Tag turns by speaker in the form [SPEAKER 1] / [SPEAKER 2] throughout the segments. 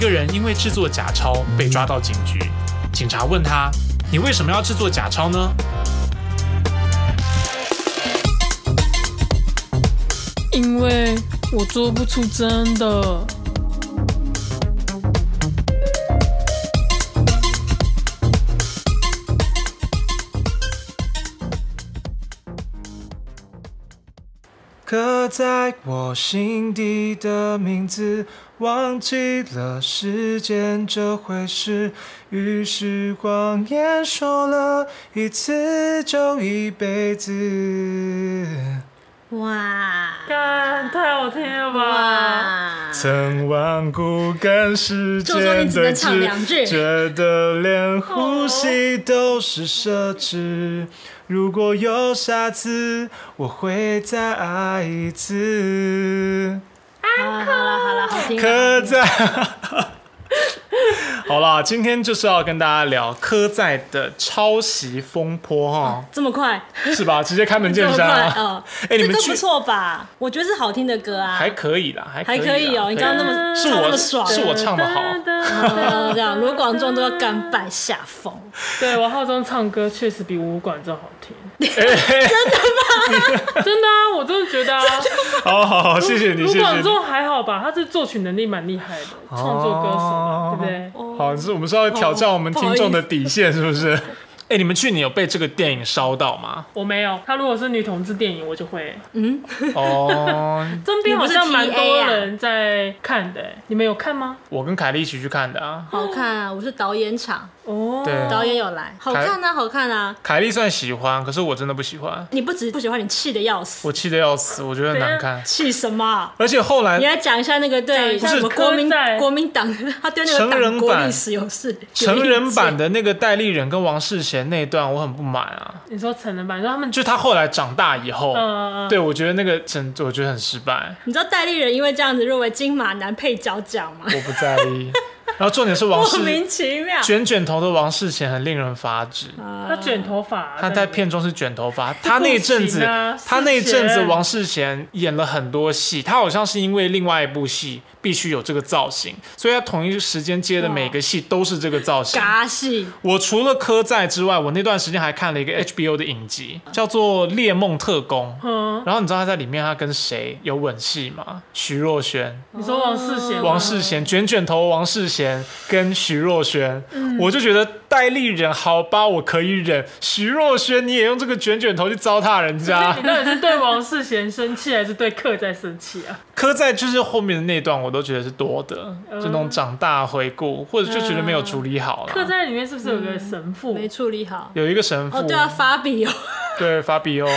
[SPEAKER 1] 个人因为制作假钞被抓到警局，警察问他：“你为什么要制作假钞呢？”
[SPEAKER 2] 因为我做不出真的。
[SPEAKER 3] 刻在我心底的名字，忘记了时间这回事，与时光演说了一次就一辈子。
[SPEAKER 4] 哇
[SPEAKER 2] 干，啊太好听了吧！
[SPEAKER 4] 哇！
[SPEAKER 3] 曾顽固跟时
[SPEAKER 4] 就说
[SPEAKER 3] 间
[SPEAKER 4] 你只能
[SPEAKER 3] 对
[SPEAKER 4] 唱两
[SPEAKER 3] 峙，
[SPEAKER 4] 句
[SPEAKER 3] 觉得连呼吸都是奢侈。如果有下次，我会再爱一次。
[SPEAKER 4] 好了好了好了，好听了。
[SPEAKER 3] 刻在。 好啦，今天就是要跟大家聊科在的抄袭风波哈，
[SPEAKER 4] 哦这么快，
[SPEAKER 3] 是吧？直接开门
[SPEAKER 4] 这
[SPEAKER 3] 见
[SPEAKER 4] 么
[SPEAKER 3] 山
[SPEAKER 4] 快
[SPEAKER 3] 啊！
[SPEAKER 4] 哦！
[SPEAKER 3] 哎你
[SPEAKER 4] 这
[SPEAKER 3] 们
[SPEAKER 4] 歌
[SPEAKER 3] 去
[SPEAKER 4] 不错吧？我觉得是好听的歌啊，
[SPEAKER 3] 还可以啦，还
[SPEAKER 4] 还
[SPEAKER 3] 可
[SPEAKER 4] 可
[SPEAKER 3] 以
[SPEAKER 4] 以
[SPEAKER 3] 啦
[SPEAKER 4] 哦。你刚刚那么
[SPEAKER 3] 是
[SPEAKER 4] 唱那
[SPEAKER 3] 我
[SPEAKER 4] 么爽，
[SPEAKER 3] 是我唱的好，
[SPEAKER 4] 嗯这样卢广仲都要甘拜下风。
[SPEAKER 2] 对王浩中唱歌确实比吴管仲好 听。真的 吗？真的啊，我真的觉得啊。
[SPEAKER 3] 哦好好好， 谢谢你，哦
[SPEAKER 2] 卢
[SPEAKER 3] 谢谢
[SPEAKER 2] 广
[SPEAKER 3] 你。
[SPEAKER 2] 仲还好吧？他是作曲能力蛮厉害的，创作歌手嘛，对不对？
[SPEAKER 3] 好，是我们是要挑战我们听众的底线，是不是？哎、你们去年有被这个电影烧到吗？
[SPEAKER 2] 我没有，他如果是女同志电影，我就会。
[SPEAKER 4] 嗯
[SPEAKER 3] 哦，
[SPEAKER 2] 身边好像蛮
[SPEAKER 4] 你不是
[SPEAKER 2] 多
[SPEAKER 4] TA 啊
[SPEAKER 2] 人在看的、欸，你们有看吗？
[SPEAKER 3] 我跟凯莉一起去看的啊。
[SPEAKER 4] 好看啊！我是导演场，
[SPEAKER 2] 哦，
[SPEAKER 3] 对
[SPEAKER 4] 导演有来，好看啊，好看啊！
[SPEAKER 3] 凯莉算喜欢，可是我真的不喜欢，
[SPEAKER 4] 你不只不喜欢，你气的要死，
[SPEAKER 3] 我气得要死，我觉得很难看。
[SPEAKER 4] 气什么啊？
[SPEAKER 3] 而且后来
[SPEAKER 4] 你来讲一下那个对
[SPEAKER 2] 不
[SPEAKER 3] 是
[SPEAKER 4] 什么国民
[SPEAKER 2] 歌仔
[SPEAKER 4] 国民党，他对那个
[SPEAKER 3] 成人
[SPEAKER 4] 党
[SPEAKER 3] 版
[SPEAKER 4] 国历史有事
[SPEAKER 3] 成人版
[SPEAKER 4] 的
[SPEAKER 3] 的那个戴立忍跟王世贤那一段，我很不满啊。
[SPEAKER 2] 你说成人版，你说他们
[SPEAKER 3] 就他后来长大以后，
[SPEAKER 2] 嗯嗯嗯
[SPEAKER 3] 对我觉得那个整，我觉得很失败，
[SPEAKER 4] 你知道戴立人因为这样子入围金马男配角奖吗？
[SPEAKER 3] 我不在意。 然后重哦点是王
[SPEAKER 4] 莫
[SPEAKER 3] 世
[SPEAKER 4] 名其妙。
[SPEAKER 3] 卷卷头的王世贤很令人发指。
[SPEAKER 2] 他卷头发啊、
[SPEAKER 3] 他在片中是卷头发，他
[SPEAKER 2] 不
[SPEAKER 3] 那一阵子
[SPEAKER 2] 行啊，
[SPEAKER 3] 他那一阵
[SPEAKER 2] 世
[SPEAKER 3] 子
[SPEAKER 2] 贤
[SPEAKER 3] 王世贤演了很多戏，他好像是因为另外一部戏必须有这个造型，所以他同一时间接的每个戏都是这个造型。
[SPEAKER 4] 嘎戏，
[SPEAKER 3] 我除了科在之外，我那段时间还看了一个 HBO 的影集，叫做《猎梦特工》。
[SPEAKER 2] 嗯，
[SPEAKER 3] 然后你知道他在里面他跟谁有吻戏吗？徐若
[SPEAKER 4] 嗯
[SPEAKER 3] 瑄、
[SPEAKER 2] 你说王世贤吗，
[SPEAKER 3] 王
[SPEAKER 4] 哦
[SPEAKER 3] 世贤、卷卷头王世贤跟徐若瑄，
[SPEAKER 4] 嗯
[SPEAKER 3] 我就觉得戴立忍好吧，我可以忍。徐若瑄你也用这个卷卷头去糟蹋人 家
[SPEAKER 2] 你。到底是对王世贤生气，还是对客在生气啊？
[SPEAKER 4] 哦
[SPEAKER 3] 科在就是后面的那段我都觉得是多的，
[SPEAKER 4] 嗯
[SPEAKER 3] 就那种长大回顾，或者就觉得没有处理好
[SPEAKER 2] 客
[SPEAKER 3] 了。
[SPEAKER 2] 在里面是不是有个神父？
[SPEAKER 4] 嗯没处理好。
[SPEAKER 3] 有一个神父，
[SPEAKER 4] 哦，对啊，法比哦，
[SPEAKER 3] 对法比欧。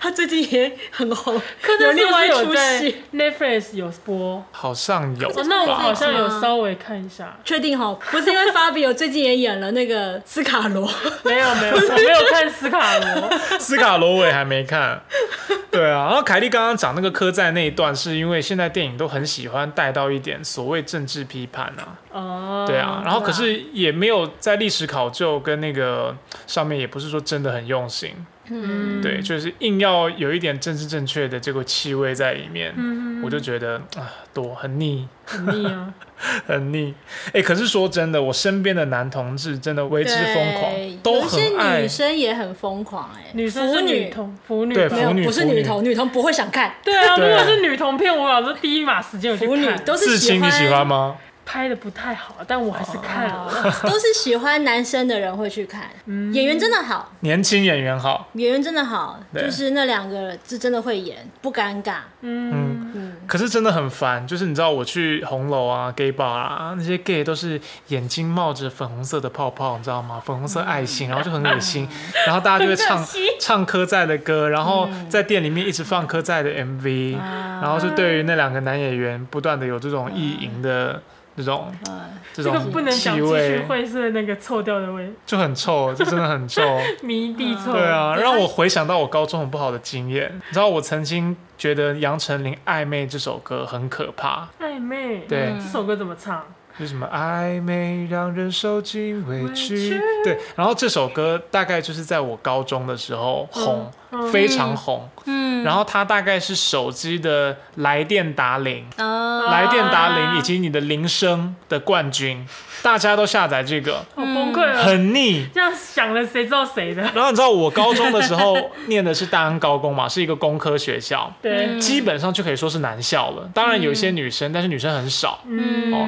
[SPEAKER 4] 他最近也很红，
[SPEAKER 2] 客
[SPEAKER 4] 有
[SPEAKER 2] 在是
[SPEAKER 4] 另
[SPEAKER 2] 不
[SPEAKER 4] 外
[SPEAKER 2] 是
[SPEAKER 4] 一出
[SPEAKER 2] 有在
[SPEAKER 4] 戏，
[SPEAKER 2] Netflix 有播？
[SPEAKER 3] 好像有吧
[SPEAKER 2] 哦，那我好像有
[SPEAKER 4] 吗
[SPEAKER 2] 稍微看一下，
[SPEAKER 4] 确定哈？不是因为法比 哦，最近也演了那个斯卡罗，
[SPEAKER 2] 没有没有，我没有看斯卡 罗。
[SPEAKER 3] 斯卡罗我也还没看。对啊，然后凯莉刚刚讲那个科在那一段，是因为现在电影都很喜欢带到一点所谓政治批判啊，
[SPEAKER 2] 哦，
[SPEAKER 3] 对啊，然后可是也没有在历史考究跟那个上面，也不是说真的很用心，
[SPEAKER 2] 嗯，
[SPEAKER 3] 对，就是硬要有一点政治正确的这个气味在里面，
[SPEAKER 2] 嗯，
[SPEAKER 3] 我就觉得啊，多很腻，
[SPEAKER 2] 很腻啊。
[SPEAKER 3] 很腻。哎，可是说真的，我身边的男同志真的为之疯
[SPEAKER 4] 对
[SPEAKER 3] 狂，都
[SPEAKER 4] 有一些
[SPEAKER 3] 很爱
[SPEAKER 4] 女。生也很疯狂哎，
[SPEAKER 2] 女生
[SPEAKER 4] 腐
[SPEAKER 2] 是女
[SPEAKER 4] 女
[SPEAKER 2] 同，腐女
[SPEAKER 3] 对
[SPEAKER 2] 吧
[SPEAKER 4] 没有
[SPEAKER 3] 腐女
[SPEAKER 4] 不是
[SPEAKER 3] 腐女
[SPEAKER 4] 女同，女同不会想看，
[SPEAKER 2] 对啊，如
[SPEAKER 3] 对
[SPEAKER 2] 果是女同片，我老是第一码时间我就
[SPEAKER 4] 腐女
[SPEAKER 2] 看，
[SPEAKER 4] 都是
[SPEAKER 3] 志清，你喜欢吗？
[SPEAKER 2] 拍的不太好，但我还
[SPEAKER 4] 哦
[SPEAKER 2] 是看了。
[SPEAKER 4] 都是喜欢男生的人会去看，演员真的好，
[SPEAKER 3] 年轻演员好。
[SPEAKER 4] 演员真的好，
[SPEAKER 3] 对
[SPEAKER 4] 就是那两个是真的会演，不尴尬。
[SPEAKER 2] 嗯，
[SPEAKER 3] 可是真的很烦，就是你知道我去红楼啊、gay bar 啊，那些 gay 都是眼睛冒着粉红色的泡泡，你知道吗？粉红色爱
[SPEAKER 2] 嗯
[SPEAKER 3] 心，然后就很恶心，然后大家就 会唱唱柯在的歌，然后在店里面一直放柯在
[SPEAKER 2] 嗯
[SPEAKER 3] 的 MV，、然
[SPEAKER 2] 啊
[SPEAKER 3] 后就对于那两个男演员不断的有这种意淫的这种、这
[SPEAKER 2] 嗯这个
[SPEAKER 3] 种
[SPEAKER 2] 不能讲
[SPEAKER 3] 气
[SPEAKER 2] 继续
[SPEAKER 3] 味，
[SPEAKER 2] 会是那个臭掉的味，
[SPEAKER 3] 就很臭，就真的很臭。
[SPEAKER 2] 迷地
[SPEAKER 4] 嗯
[SPEAKER 2] 臭。
[SPEAKER 3] 对，啊，让我回想到我高中很不好的经验。你知道我曾经觉得杨丞琳《暧昧》这首歌很可怕，
[SPEAKER 2] 暧昧。
[SPEAKER 3] 对
[SPEAKER 2] 这首歌怎么唱？
[SPEAKER 3] 就是什么暧昧让人受尽委
[SPEAKER 2] 委
[SPEAKER 3] 屈
[SPEAKER 2] 屈，
[SPEAKER 3] 对。然后这首歌大概就是在我高中的时候红，
[SPEAKER 2] 嗯
[SPEAKER 3] 非常红。
[SPEAKER 4] 嗯，
[SPEAKER 3] 然后它大概是手机的来电打铃，
[SPEAKER 4] 哦，
[SPEAKER 3] 来电打铃
[SPEAKER 2] 啊
[SPEAKER 3] 以及你的铃声的冠军，大家都下载这个，
[SPEAKER 2] 好崩溃了。
[SPEAKER 3] 很腻。
[SPEAKER 2] 这样想了，谁知道谁的？
[SPEAKER 3] 然后你知道我高中的时候念的是大安高工嘛，是一个工科学校，
[SPEAKER 2] 对，
[SPEAKER 3] 基本上就可以说是男校了。当然有一些女生，但是女生很少。
[SPEAKER 4] 哦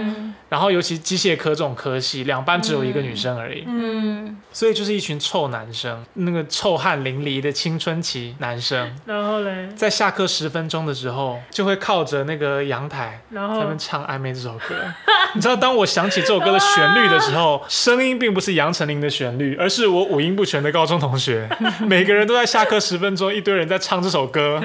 [SPEAKER 2] 嗯，
[SPEAKER 3] 然后尤其机械科这种科系，两班只有一个女生而已，
[SPEAKER 4] 嗯，
[SPEAKER 3] 所以就是一群臭男生，那个臭汗淋漓的青春期男 生，
[SPEAKER 2] 然后嘞，
[SPEAKER 3] 在下课十分钟的时候，就会靠着那个阳台，
[SPEAKER 2] 然
[SPEAKER 3] 他
[SPEAKER 2] 后
[SPEAKER 3] 们唱《暧昧》这首歌。 你知道，当我想起这首歌的旋律的时候，声音并不是杨丞琳的旋律，而是我五音不全的高中同学， 每个人都在下课十分钟，一堆人在唱这首歌。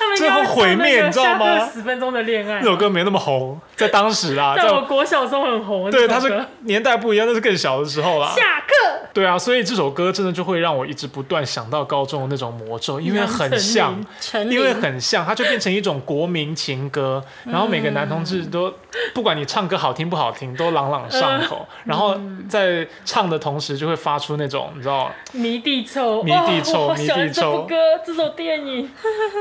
[SPEAKER 2] 他们
[SPEAKER 3] 最后毁灭你知道吗
[SPEAKER 2] 十分钟的恋爱
[SPEAKER 3] 这，首歌没那么红，在当时啊，在
[SPEAKER 2] 在我
[SPEAKER 3] 我
[SPEAKER 2] 国小中很红。
[SPEAKER 3] 对
[SPEAKER 2] 这
[SPEAKER 3] 它
[SPEAKER 2] 首歌
[SPEAKER 3] 是年代不一样，那是更小的时候啦。
[SPEAKER 2] 下课，
[SPEAKER 3] 对啊，所以这首歌真的就会让我一直不断想到高中的那种魔咒，因为很像
[SPEAKER 2] 杨丞琳。
[SPEAKER 4] 陈
[SPEAKER 3] 因为
[SPEAKER 4] 琳
[SPEAKER 3] 很像，它就变成一种国民情歌，然后每个男同志都，不管你唱歌好听不好听，都朗朗上口，然后在唱的同时就会发出那种你知道，
[SPEAKER 2] 迷弟臭，
[SPEAKER 3] 迷弟
[SPEAKER 2] 哦
[SPEAKER 3] 臭
[SPEAKER 2] 我好喜
[SPEAKER 3] 迷
[SPEAKER 2] 欢
[SPEAKER 3] 弟
[SPEAKER 2] 这
[SPEAKER 3] 臭
[SPEAKER 2] 首歌，这首电影。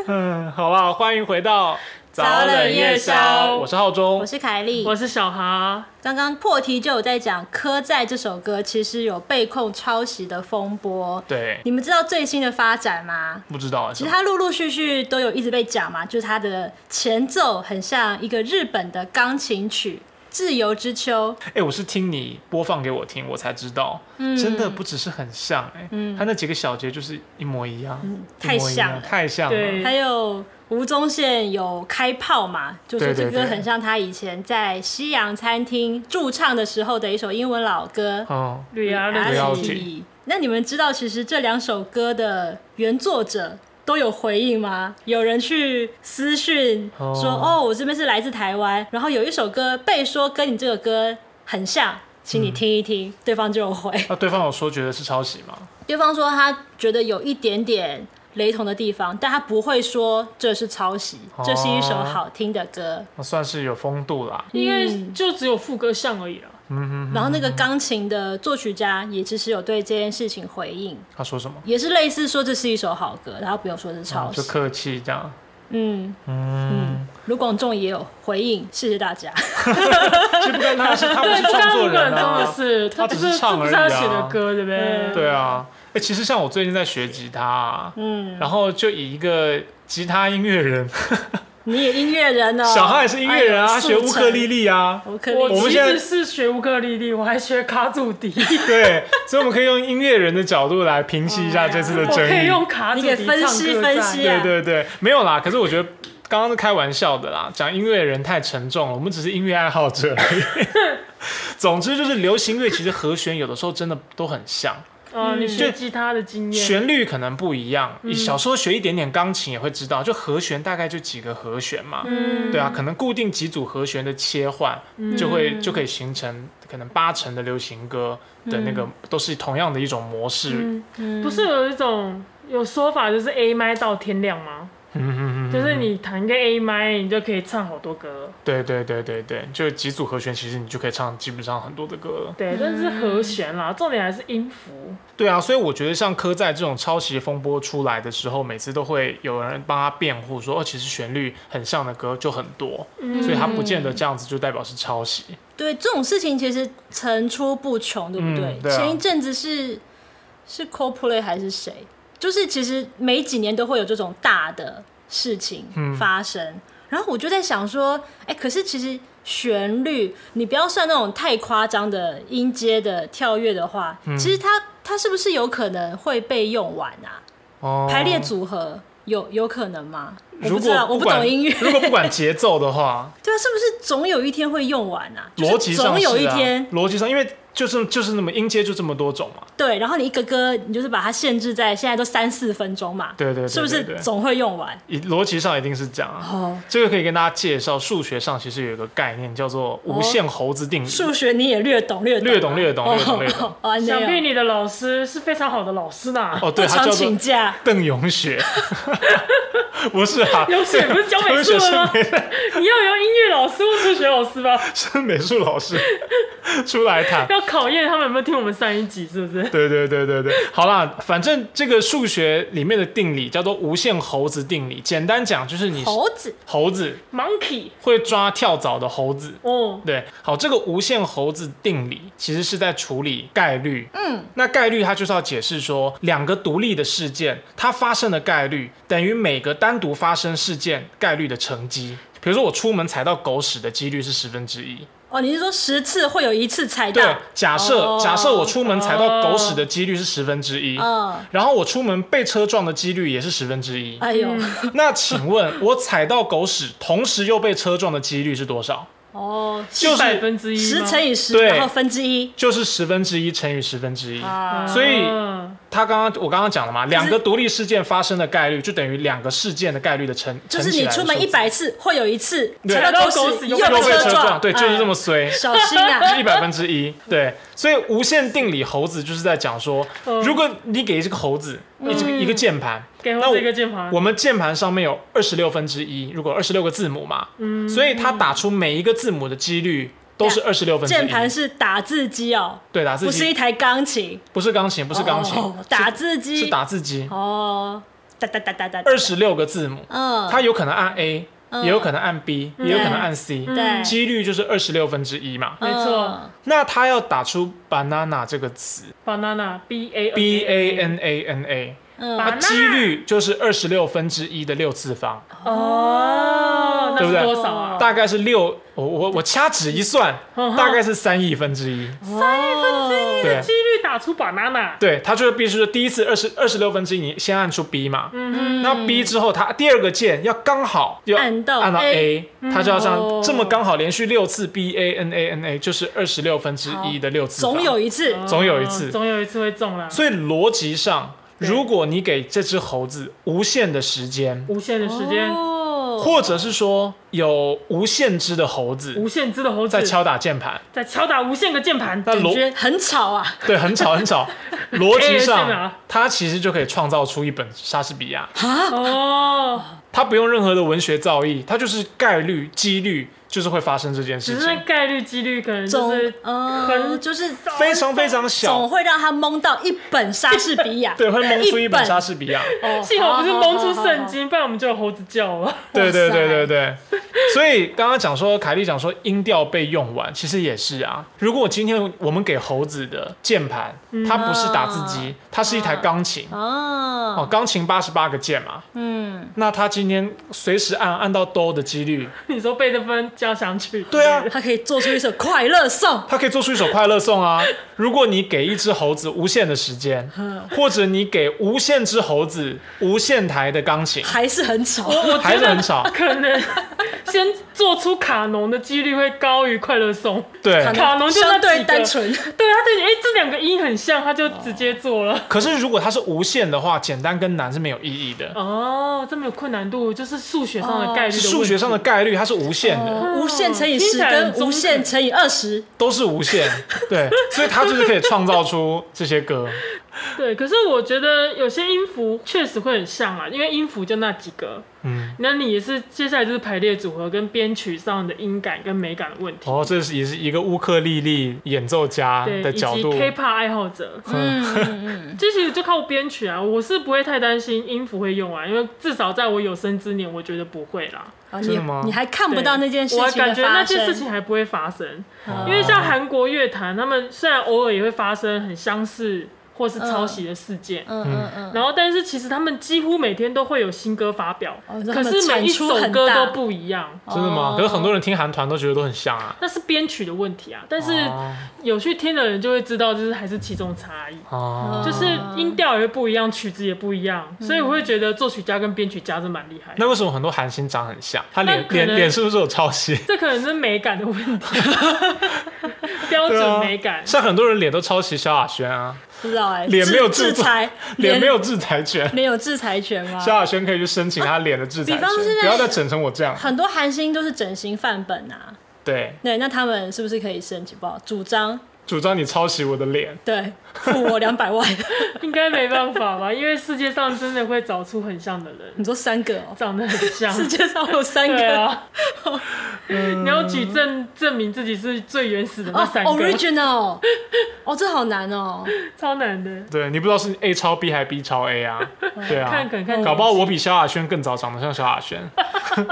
[SPEAKER 3] 嗯，好吧，欢迎回到
[SPEAKER 4] 早冷夜宵
[SPEAKER 3] 我是浩
[SPEAKER 4] 我
[SPEAKER 3] 中，
[SPEAKER 4] 是凯莉，
[SPEAKER 2] 我是小豪，
[SPEAKER 4] 刚刚破题就有在讲《刻在》这首歌其实有被控抄袭的风波。
[SPEAKER 3] 对，
[SPEAKER 4] 你们知道最新的发展吗？
[SPEAKER 3] 不知道啊
[SPEAKER 4] 其
[SPEAKER 3] 是
[SPEAKER 4] 实
[SPEAKER 3] 吧
[SPEAKER 4] 它陆陆续续都有一直被讲嘛，就是它的前奏很像一个日本的钢琴曲《自由之秋》。
[SPEAKER 3] 哎、我是听你播放给我听，我才知道，真的不只是很像、哎、它那几个小节就是一模一样，
[SPEAKER 4] 太
[SPEAKER 3] 一模一
[SPEAKER 4] 像
[SPEAKER 3] 样
[SPEAKER 4] 了
[SPEAKER 3] 太像了
[SPEAKER 2] 对，
[SPEAKER 4] 还有吴宗宪有开炮嘛，就说
[SPEAKER 3] 对
[SPEAKER 4] 这
[SPEAKER 3] 对
[SPEAKER 4] 歌
[SPEAKER 3] 对
[SPEAKER 4] 很像他以前在西洋餐厅驻唱的时候的一首英文老歌。
[SPEAKER 3] 嗯，
[SPEAKER 2] 吕亚
[SPEAKER 3] 不
[SPEAKER 2] 伦
[SPEAKER 3] 要
[SPEAKER 4] Reality
[SPEAKER 3] 紧
[SPEAKER 4] 那你们知道其实这两首歌的原作者都有回应吗？有人去私讯
[SPEAKER 3] 哦
[SPEAKER 4] 说：“哦我这边是来自台湾，然后有一首歌被说跟你这个歌很像，请你听一听。对方就有回，
[SPEAKER 3] 那、对方有说觉得是抄袭吗？
[SPEAKER 4] 对方说他觉得有一点点雷同的地方，但他不会说这是抄袭，这是一首
[SPEAKER 3] 哦
[SPEAKER 4] 好听的歌。
[SPEAKER 3] 那算是有风度啦。
[SPEAKER 2] 应该就只有副歌像而已啦。
[SPEAKER 4] 然后那个钢琴的作曲家也其实有对这件事情回应，
[SPEAKER 3] 他说什么？
[SPEAKER 4] 也是类似说这是一首好歌，然后不用说是抄
[SPEAKER 3] 哦就
[SPEAKER 4] 袭。
[SPEAKER 3] 客气这样。
[SPEAKER 4] 嗯，
[SPEAKER 3] 嗯，
[SPEAKER 4] 卢广仲也有回应，谢谢 大家。
[SPEAKER 3] 其实不干他是他不
[SPEAKER 2] 刚
[SPEAKER 3] 是创
[SPEAKER 2] 刚
[SPEAKER 3] 作
[SPEAKER 2] 那个
[SPEAKER 3] 人
[SPEAKER 2] 人真的
[SPEAKER 3] 啊。
[SPEAKER 2] 是，他不
[SPEAKER 3] 他只
[SPEAKER 2] 是
[SPEAKER 3] 是唱
[SPEAKER 2] 这不是他
[SPEAKER 3] 而已啊
[SPEAKER 2] 写的歌，对不对？
[SPEAKER 3] 对啊，哎、其实像我最近在学吉他、啊，
[SPEAKER 4] 嗯，
[SPEAKER 3] 然后就以一个吉他音乐人，
[SPEAKER 4] 你也音乐人哦，
[SPEAKER 3] 小汉也是音乐人啊，
[SPEAKER 4] 哎
[SPEAKER 3] 他
[SPEAKER 4] 呦
[SPEAKER 3] 学乌克丽，丽啊。
[SPEAKER 4] 速成乌克
[SPEAKER 2] 我
[SPEAKER 4] 丽
[SPEAKER 3] 们
[SPEAKER 4] 丽
[SPEAKER 2] 其
[SPEAKER 3] 现在
[SPEAKER 2] 实是学乌克丽丽，我还学卡祖笛，
[SPEAKER 3] 对，所以我们可以用音乐人的角度来平息一下这次 的
[SPEAKER 2] 我
[SPEAKER 3] 争
[SPEAKER 2] 可以
[SPEAKER 3] 议。
[SPEAKER 2] 用卡祖笛
[SPEAKER 4] 你给分析
[SPEAKER 2] 唱歌
[SPEAKER 4] 分
[SPEAKER 2] 赞
[SPEAKER 4] 析啊
[SPEAKER 3] 对对对，没有啦。可是我觉得刚刚是开玩笑的啦，讲音乐的人太沉重了，我们只是音乐爱好者而已。总之就是流行乐，其实和弦有的时候真的都很像，
[SPEAKER 2] 啊，
[SPEAKER 4] 嗯
[SPEAKER 2] 你学
[SPEAKER 3] 就
[SPEAKER 2] 吉他的经验，
[SPEAKER 3] 旋律可能不一样。小时候学一点点钢琴也会知道，就和弦大概就几个和弦嘛。
[SPEAKER 2] 嗯
[SPEAKER 3] 对啊，可能固定几组和弦的切换，就会就可以形成可能八成的流行歌的那个都是同样的一种模式。嗯
[SPEAKER 2] 嗯，不是有一种有说法就是 A 麦到天亮吗？
[SPEAKER 3] 嗯嗯，
[SPEAKER 2] 就是你弹一个 A 麦，你就可以唱好多歌，
[SPEAKER 3] 对对对对对，就几组和弦，其实你就可以唱基本上很多的歌了。
[SPEAKER 2] 对，但是
[SPEAKER 4] 嗯
[SPEAKER 2] 和弦啦，重点还是音符，
[SPEAKER 3] 对啊，所以我觉得像科在这种抄袭风波出来的时候，每次都会有人帮他辩护说，哦，其实旋律很像的歌就很多，
[SPEAKER 4] 嗯
[SPEAKER 3] 所以他不见得这样子就代表是抄袭。
[SPEAKER 4] 对这种事情其实层出不穷，对不对？
[SPEAKER 3] 嗯对啊
[SPEAKER 4] 前一阵子是是 Coldplay 还是谁？就是其实每几年都会有这种大的事情
[SPEAKER 3] 嗯
[SPEAKER 4] 发生，然后我就在想说，哎，可是其实旋律，你不要算那种太夸张的音阶的跳跃的话，
[SPEAKER 3] 嗯
[SPEAKER 4] 其实它它是不是有可能会被用完啊？
[SPEAKER 3] 哦，
[SPEAKER 4] 排列组合有有可能吗？我
[SPEAKER 3] 如
[SPEAKER 4] 不知
[SPEAKER 3] 果
[SPEAKER 4] 道，我不
[SPEAKER 3] 管
[SPEAKER 4] 懂音 乐。
[SPEAKER 3] 如果不管节奏的话，
[SPEAKER 4] 对啊，是不是总有一天会用完啊？就是
[SPEAKER 3] 逻辑上
[SPEAKER 4] 总
[SPEAKER 3] 是啊
[SPEAKER 4] 有一天，
[SPEAKER 3] 逻辑上，因为就是就是那么音阶就这么多种嘛，
[SPEAKER 4] 对，然后你一个歌，你就是把它限制在现在都三四分钟嘛，
[SPEAKER 3] 对对对对
[SPEAKER 4] 是不
[SPEAKER 3] 对
[SPEAKER 4] 是总会用完？
[SPEAKER 3] 以逻辑上一定是这样啊。
[SPEAKER 4] 哦，
[SPEAKER 3] 这个可以跟大家介绍，数学上其实有一个概念叫做无限猴子定理，
[SPEAKER 4] 数学你也略懂略懂啊，
[SPEAKER 3] 略懂略懂
[SPEAKER 4] 哦
[SPEAKER 3] 略懂略懂。
[SPEAKER 4] 哦，安内
[SPEAKER 2] 想必
[SPEAKER 4] 哦
[SPEAKER 2] 你的老师是非常好的老师呢。
[SPEAKER 3] 哦，
[SPEAKER 4] 不
[SPEAKER 3] 对，它
[SPEAKER 4] 常
[SPEAKER 3] 叫做
[SPEAKER 4] 请假，
[SPEAKER 3] 邓永雪， 不是啊，
[SPEAKER 2] 有水不是教美
[SPEAKER 3] 邓永
[SPEAKER 2] 术
[SPEAKER 3] 雪
[SPEAKER 2] 的
[SPEAKER 3] 是
[SPEAKER 2] 吗？你要有音乐老师或数学老师吧，
[SPEAKER 3] 是美术老师出来 谈。
[SPEAKER 2] 要考验他们有没有听我们上一集，是不是？
[SPEAKER 3] 对对对对对，好啦，反正这个数学里面的定理叫做无限猴子定理，简单讲就是你
[SPEAKER 4] 猴子
[SPEAKER 3] 猴子
[SPEAKER 2] Monkey，
[SPEAKER 3] 会抓跳蚤的猴子。
[SPEAKER 2] 哦，
[SPEAKER 3] 对，好，这个无限猴子定理其实是在处理概率。嗯，那概率它就是要解释说，两个独立的事件它发生的概率等于每个单独发生事件概率的乘积。比如说我出门踩到狗屎的几率是十分之一。
[SPEAKER 4] 哦，你是说十次会有一次踩
[SPEAKER 3] 对
[SPEAKER 4] 到？，
[SPEAKER 3] 假设、
[SPEAKER 4] 哦
[SPEAKER 3] 假设我出门踩到狗屎的几率是十分之一。
[SPEAKER 4] 嗯，
[SPEAKER 3] 然后我出门被车撞的几率也是十分之一。
[SPEAKER 4] 哎呦，
[SPEAKER 3] 那请问，我踩到狗屎，同时又被车撞的几率是多少？
[SPEAKER 4] 哦，
[SPEAKER 3] 就是
[SPEAKER 2] 百分之一吗，
[SPEAKER 4] 十乘以十，
[SPEAKER 3] 对
[SPEAKER 4] 然后分之一
[SPEAKER 3] 就是十分之一乘以十分之一。
[SPEAKER 4] 啊，
[SPEAKER 3] 所以
[SPEAKER 2] 嗯
[SPEAKER 3] 他刚刚我刚刚讲了嘛，两个独立事件发生的概率就等于两个事件的概率的乘，
[SPEAKER 4] 就
[SPEAKER 3] 乘
[SPEAKER 4] 是
[SPEAKER 3] 起
[SPEAKER 4] 你
[SPEAKER 3] 来的
[SPEAKER 4] 出门
[SPEAKER 3] 数
[SPEAKER 4] 一
[SPEAKER 3] 字
[SPEAKER 4] 百次会有一次
[SPEAKER 3] 对
[SPEAKER 4] 踩到
[SPEAKER 2] 踩到
[SPEAKER 4] 狗
[SPEAKER 2] 狗屎
[SPEAKER 4] 屎，
[SPEAKER 2] 又
[SPEAKER 4] 被
[SPEAKER 3] 又被
[SPEAKER 4] 车
[SPEAKER 3] 车撞，对，就是这么
[SPEAKER 4] 哎
[SPEAKER 3] 衰。
[SPEAKER 4] 小心
[SPEAKER 3] 就是 一
[SPEAKER 4] 啊！
[SPEAKER 3] 百分之一，对，所以无限定理猴子就是在讲说，
[SPEAKER 4] 嗯
[SPEAKER 3] 如果你给这个猴子一这个一个键盘，
[SPEAKER 2] 给
[SPEAKER 3] 那
[SPEAKER 2] 猴
[SPEAKER 3] 我
[SPEAKER 2] 子一个键盘，
[SPEAKER 3] 我们键盘上面有二十六分之一，如果二十六个字母嘛，
[SPEAKER 2] 嗯
[SPEAKER 3] 所以它打出每一个字母的几率都是二十六分之一。
[SPEAKER 4] 键盘是打字机哦，
[SPEAKER 3] 对打字
[SPEAKER 4] 不是一
[SPEAKER 3] 机，
[SPEAKER 4] 台钢琴，
[SPEAKER 3] 不是钢琴，不是钢琴，
[SPEAKER 4] 哦打字
[SPEAKER 3] 是
[SPEAKER 4] 机
[SPEAKER 3] 是打字机。
[SPEAKER 4] 哦，哒哒哒哒哒，
[SPEAKER 3] 二，十六个字母，
[SPEAKER 4] 嗯，
[SPEAKER 3] 它有可能按 A，
[SPEAKER 4] 嗯
[SPEAKER 3] 也有可能按 B，也有可能按 C，
[SPEAKER 4] 对，
[SPEAKER 3] 几率就是二十六分之一嘛。
[SPEAKER 2] 没错
[SPEAKER 4] 嗯，
[SPEAKER 3] 那它要打出 banana 这个词
[SPEAKER 2] banana b a
[SPEAKER 3] ，B A N A N A，它
[SPEAKER 4] 嗯，
[SPEAKER 2] Banana
[SPEAKER 3] 几率就是二十六分之一的六次方，
[SPEAKER 2] 哦，那
[SPEAKER 3] 对不
[SPEAKER 2] 是
[SPEAKER 3] 对
[SPEAKER 2] 多少啊？
[SPEAKER 3] 大概是六，我我我掐指一算，
[SPEAKER 4] 嗯
[SPEAKER 3] 大概是三亿分之一。
[SPEAKER 4] 三分
[SPEAKER 3] 对
[SPEAKER 2] 几率打出 banana，
[SPEAKER 3] 对，它就是必须说第一次二十二十六分之一，你先按出 B 嘛，
[SPEAKER 2] 嗯
[SPEAKER 3] 那 B 之后，它第二个键要刚好要
[SPEAKER 4] 按到
[SPEAKER 3] 按到
[SPEAKER 4] A
[SPEAKER 3] A，它就要这
[SPEAKER 4] 哦
[SPEAKER 3] 样这么刚好连续六次 B A N A N A，就是二十六分之一的六次方。
[SPEAKER 4] 哦总有一次
[SPEAKER 2] 哼，
[SPEAKER 3] 总有一次
[SPEAKER 2] 哦总有一次会中啦，
[SPEAKER 3] 所以逻辑上，
[SPEAKER 2] 对
[SPEAKER 3] 如果你给这只猴子无限的时间，
[SPEAKER 2] 无限的时间，
[SPEAKER 4] 或
[SPEAKER 3] 或者是说有无限只的猴子
[SPEAKER 2] 无限只的猴子
[SPEAKER 3] 在敲打键盘，
[SPEAKER 2] 在敲打无限个键盘，哦
[SPEAKER 3] 那逻
[SPEAKER 4] 觉得很吵啊，
[SPEAKER 3] 对很吵很吵，逻辑
[SPEAKER 2] ASMR
[SPEAKER 3] 上它其实就可以创造出一本莎士比亚。
[SPEAKER 2] 哦，
[SPEAKER 3] 它不用任何的文学造诣，它就是概率、几率，就是会发生这件事
[SPEAKER 2] 只
[SPEAKER 3] 情。
[SPEAKER 2] 是那概率几率可能
[SPEAKER 4] 总
[SPEAKER 2] 就是
[SPEAKER 4] 嗯，
[SPEAKER 2] 很
[SPEAKER 4] 就是
[SPEAKER 3] 非常非常
[SPEAKER 4] 总
[SPEAKER 3] 小，
[SPEAKER 4] 会让他蒙到一本莎士比亚，
[SPEAKER 3] 对，会蒙出一
[SPEAKER 4] 一
[SPEAKER 3] 本
[SPEAKER 4] 本
[SPEAKER 3] 莎士比亚。
[SPEAKER 4] 哦，
[SPEAKER 2] 幸好不是
[SPEAKER 4] 好
[SPEAKER 2] 蒙出，
[SPEAKER 4] 好好
[SPEAKER 2] 圣
[SPEAKER 4] 好
[SPEAKER 2] 经，不然我们就有猴子叫了。
[SPEAKER 3] 对对对对
[SPEAKER 4] 哇塞
[SPEAKER 3] 对，所以刚刚讲说，凯莉讲说音调被用完，其实也是啊。如果今天我们给猴子的键盘，
[SPEAKER 4] 嗯
[SPEAKER 3] 它不是打字
[SPEAKER 4] 啊
[SPEAKER 3] 机，它是一台钢琴。哦，
[SPEAKER 4] 哦，
[SPEAKER 3] 钢琴八十八个键嘛，
[SPEAKER 4] 嗯。
[SPEAKER 3] 那它今天随时按按到哆的几率，
[SPEAKER 2] 你说贝多芬交响曲？
[SPEAKER 3] 对啊，
[SPEAKER 4] 他可以做出一首快乐颂。
[SPEAKER 3] 它可以做出一首快乐颂啊。如果你给一只猴子无限的时间，
[SPEAKER 2] 嗯
[SPEAKER 3] 或者你给无限只猴子无限台的钢琴，
[SPEAKER 4] 还是很吵，
[SPEAKER 3] 还是很少。
[SPEAKER 2] 可能 先做出卡农的几率会高于快乐颂。
[SPEAKER 3] 对，
[SPEAKER 2] 卡农就那
[SPEAKER 4] 相
[SPEAKER 2] 几个
[SPEAKER 4] 对 单纯，
[SPEAKER 2] 对，他对，哎，这两个音很像，他就直接做了。
[SPEAKER 3] 可是如果它是无限的话，简单跟难是没有意义的。
[SPEAKER 2] 哦，这么有困难度，就是数学上的概率的问题。
[SPEAKER 3] 哦数学上的概率它是无限的，
[SPEAKER 4] 哦无限乘以
[SPEAKER 2] 嗯听
[SPEAKER 4] 十
[SPEAKER 2] 起来很
[SPEAKER 4] 跟
[SPEAKER 2] 中
[SPEAKER 4] 无限乘以二十，
[SPEAKER 3] 都是无限。对，所以它就是可以创造出这些歌。
[SPEAKER 2] 对，可是我觉得有些音符确实会很像啊，因为音符就那几个。
[SPEAKER 3] 嗯，
[SPEAKER 2] 那你也是接下来就是排列组合跟编曲上的音感跟美感的问题，
[SPEAKER 3] 哦，这是也是一个乌克丽丽演奏家
[SPEAKER 2] 对，
[SPEAKER 3] 的
[SPEAKER 2] 以及
[SPEAKER 3] 角度。
[SPEAKER 2] K-pop 爱好者，
[SPEAKER 4] 嗯，
[SPEAKER 2] 这其实就靠编曲啊。我是不会太担心音符会用完，因为至少在我有生之年，我觉得不会啦。
[SPEAKER 4] 啊
[SPEAKER 3] 真的吗
[SPEAKER 4] 你你还看
[SPEAKER 2] 对
[SPEAKER 4] 不到那件事
[SPEAKER 2] 我
[SPEAKER 4] 情
[SPEAKER 2] 感
[SPEAKER 4] 的
[SPEAKER 2] 觉那
[SPEAKER 4] 发
[SPEAKER 2] 件事
[SPEAKER 4] 生，
[SPEAKER 2] 情还不会发生，
[SPEAKER 3] 哦
[SPEAKER 2] 因为像韩国乐坛，他们虽然偶尔也会发生很相似或是抄袭的事件。
[SPEAKER 4] 嗯嗯嗯，
[SPEAKER 2] 然后，但是其实他们几乎每天都会有新歌发表，
[SPEAKER 4] 哦你说
[SPEAKER 2] 可
[SPEAKER 4] 他们
[SPEAKER 2] 是每一
[SPEAKER 4] 产出
[SPEAKER 2] 首
[SPEAKER 4] 很
[SPEAKER 2] 歌
[SPEAKER 4] 大
[SPEAKER 2] 都不一样，
[SPEAKER 3] 真的吗
[SPEAKER 4] 哦？
[SPEAKER 3] 可是很多人听韩团都觉得都很像啊。
[SPEAKER 2] 那是编曲的问题啊。但是
[SPEAKER 3] 哦
[SPEAKER 2] 有去听的人就会知道，就是还是其中差异，
[SPEAKER 3] 哦，
[SPEAKER 2] 就是音调也会不一样，曲子也不一样，
[SPEAKER 4] 嗯
[SPEAKER 2] 所以我会觉得作曲家跟编曲家真蛮厉害的。
[SPEAKER 3] 那为什么很多韩星长很像？他
[SPEAKER 2] 那
[SPEAKER 3] 脸
[SPEAKER 2] 可能
[SPEAKER 3] 脸脸是不是有抄袭？
[SPEAKER 2] 这可能是美感的问题，标
[SPEAKER 3] 对
[SPEAKER 2] 准
[SPEAKER 3] 啊
[SPEAKER 2] 美感。
[SPEAKER 3] 像很多人脸都抄袭萧亚轩啊，
[SPEAKER 4] 不知道哎、
[SPEAKER 3] 脸没有制
[SPEAKER 4] 制
[SPEAKER 3] 裁
[SPEAKER 4] 裁，
[SPEAKER 3] 脸没有啊制裁权。
[SPEAKER 4] 没有制裁权吗？
[SPEAKER 3] 萧亚轩可以去申请他脸的制裁
[SPEAKER 4] 啊比方
[SPEAKER 3] 权，
[SPEAKER 4] 是
[SPEAKER 3] 不要再整成我这样。
[SPEAKER 4] 很多韩星都是整形范本啊，
[SPEAKER 3] 对，
[SPEAKER 4] 对，那他们是不是可以申请？不好，主张
[SPEAKER 3] 主张你抄袭我的脸，
[SPEAKER 4] 对，付 我两百万。
[SPEAKER 2] 应该没办法吧，因为世界上真的会找出很像的人，
[SPEAKER 4] 你说三个哦，
[SPEAKER 2] 长得很像。
[SPEAKER 4] 世界上有三
[SPEAKER 2] 对
[SPEAKER 4] 个、
[SPEAKER 2] 啊，
[SPEAKER 3] 嗯
[SPEAKER 2] 你要举证证明自己是最原始的
[SPEAKER 4] 哦
[SPEAKER 2] 那三个，
[SPEAKER 4] ，original，哦， 这好难哦。
[SPEAKER 2] 超难的。
[SPEAKER 3] 对你不知道是 A 抄 B 还是 B 抄 A 啊？
[SPEAKER 4] 嗯
[SPEAKER 3] 对啊，
[SPEAKER 2] 看看看
[SPEAKER 3] 搞不好我比萧亚轩更早长得像萧亚轩。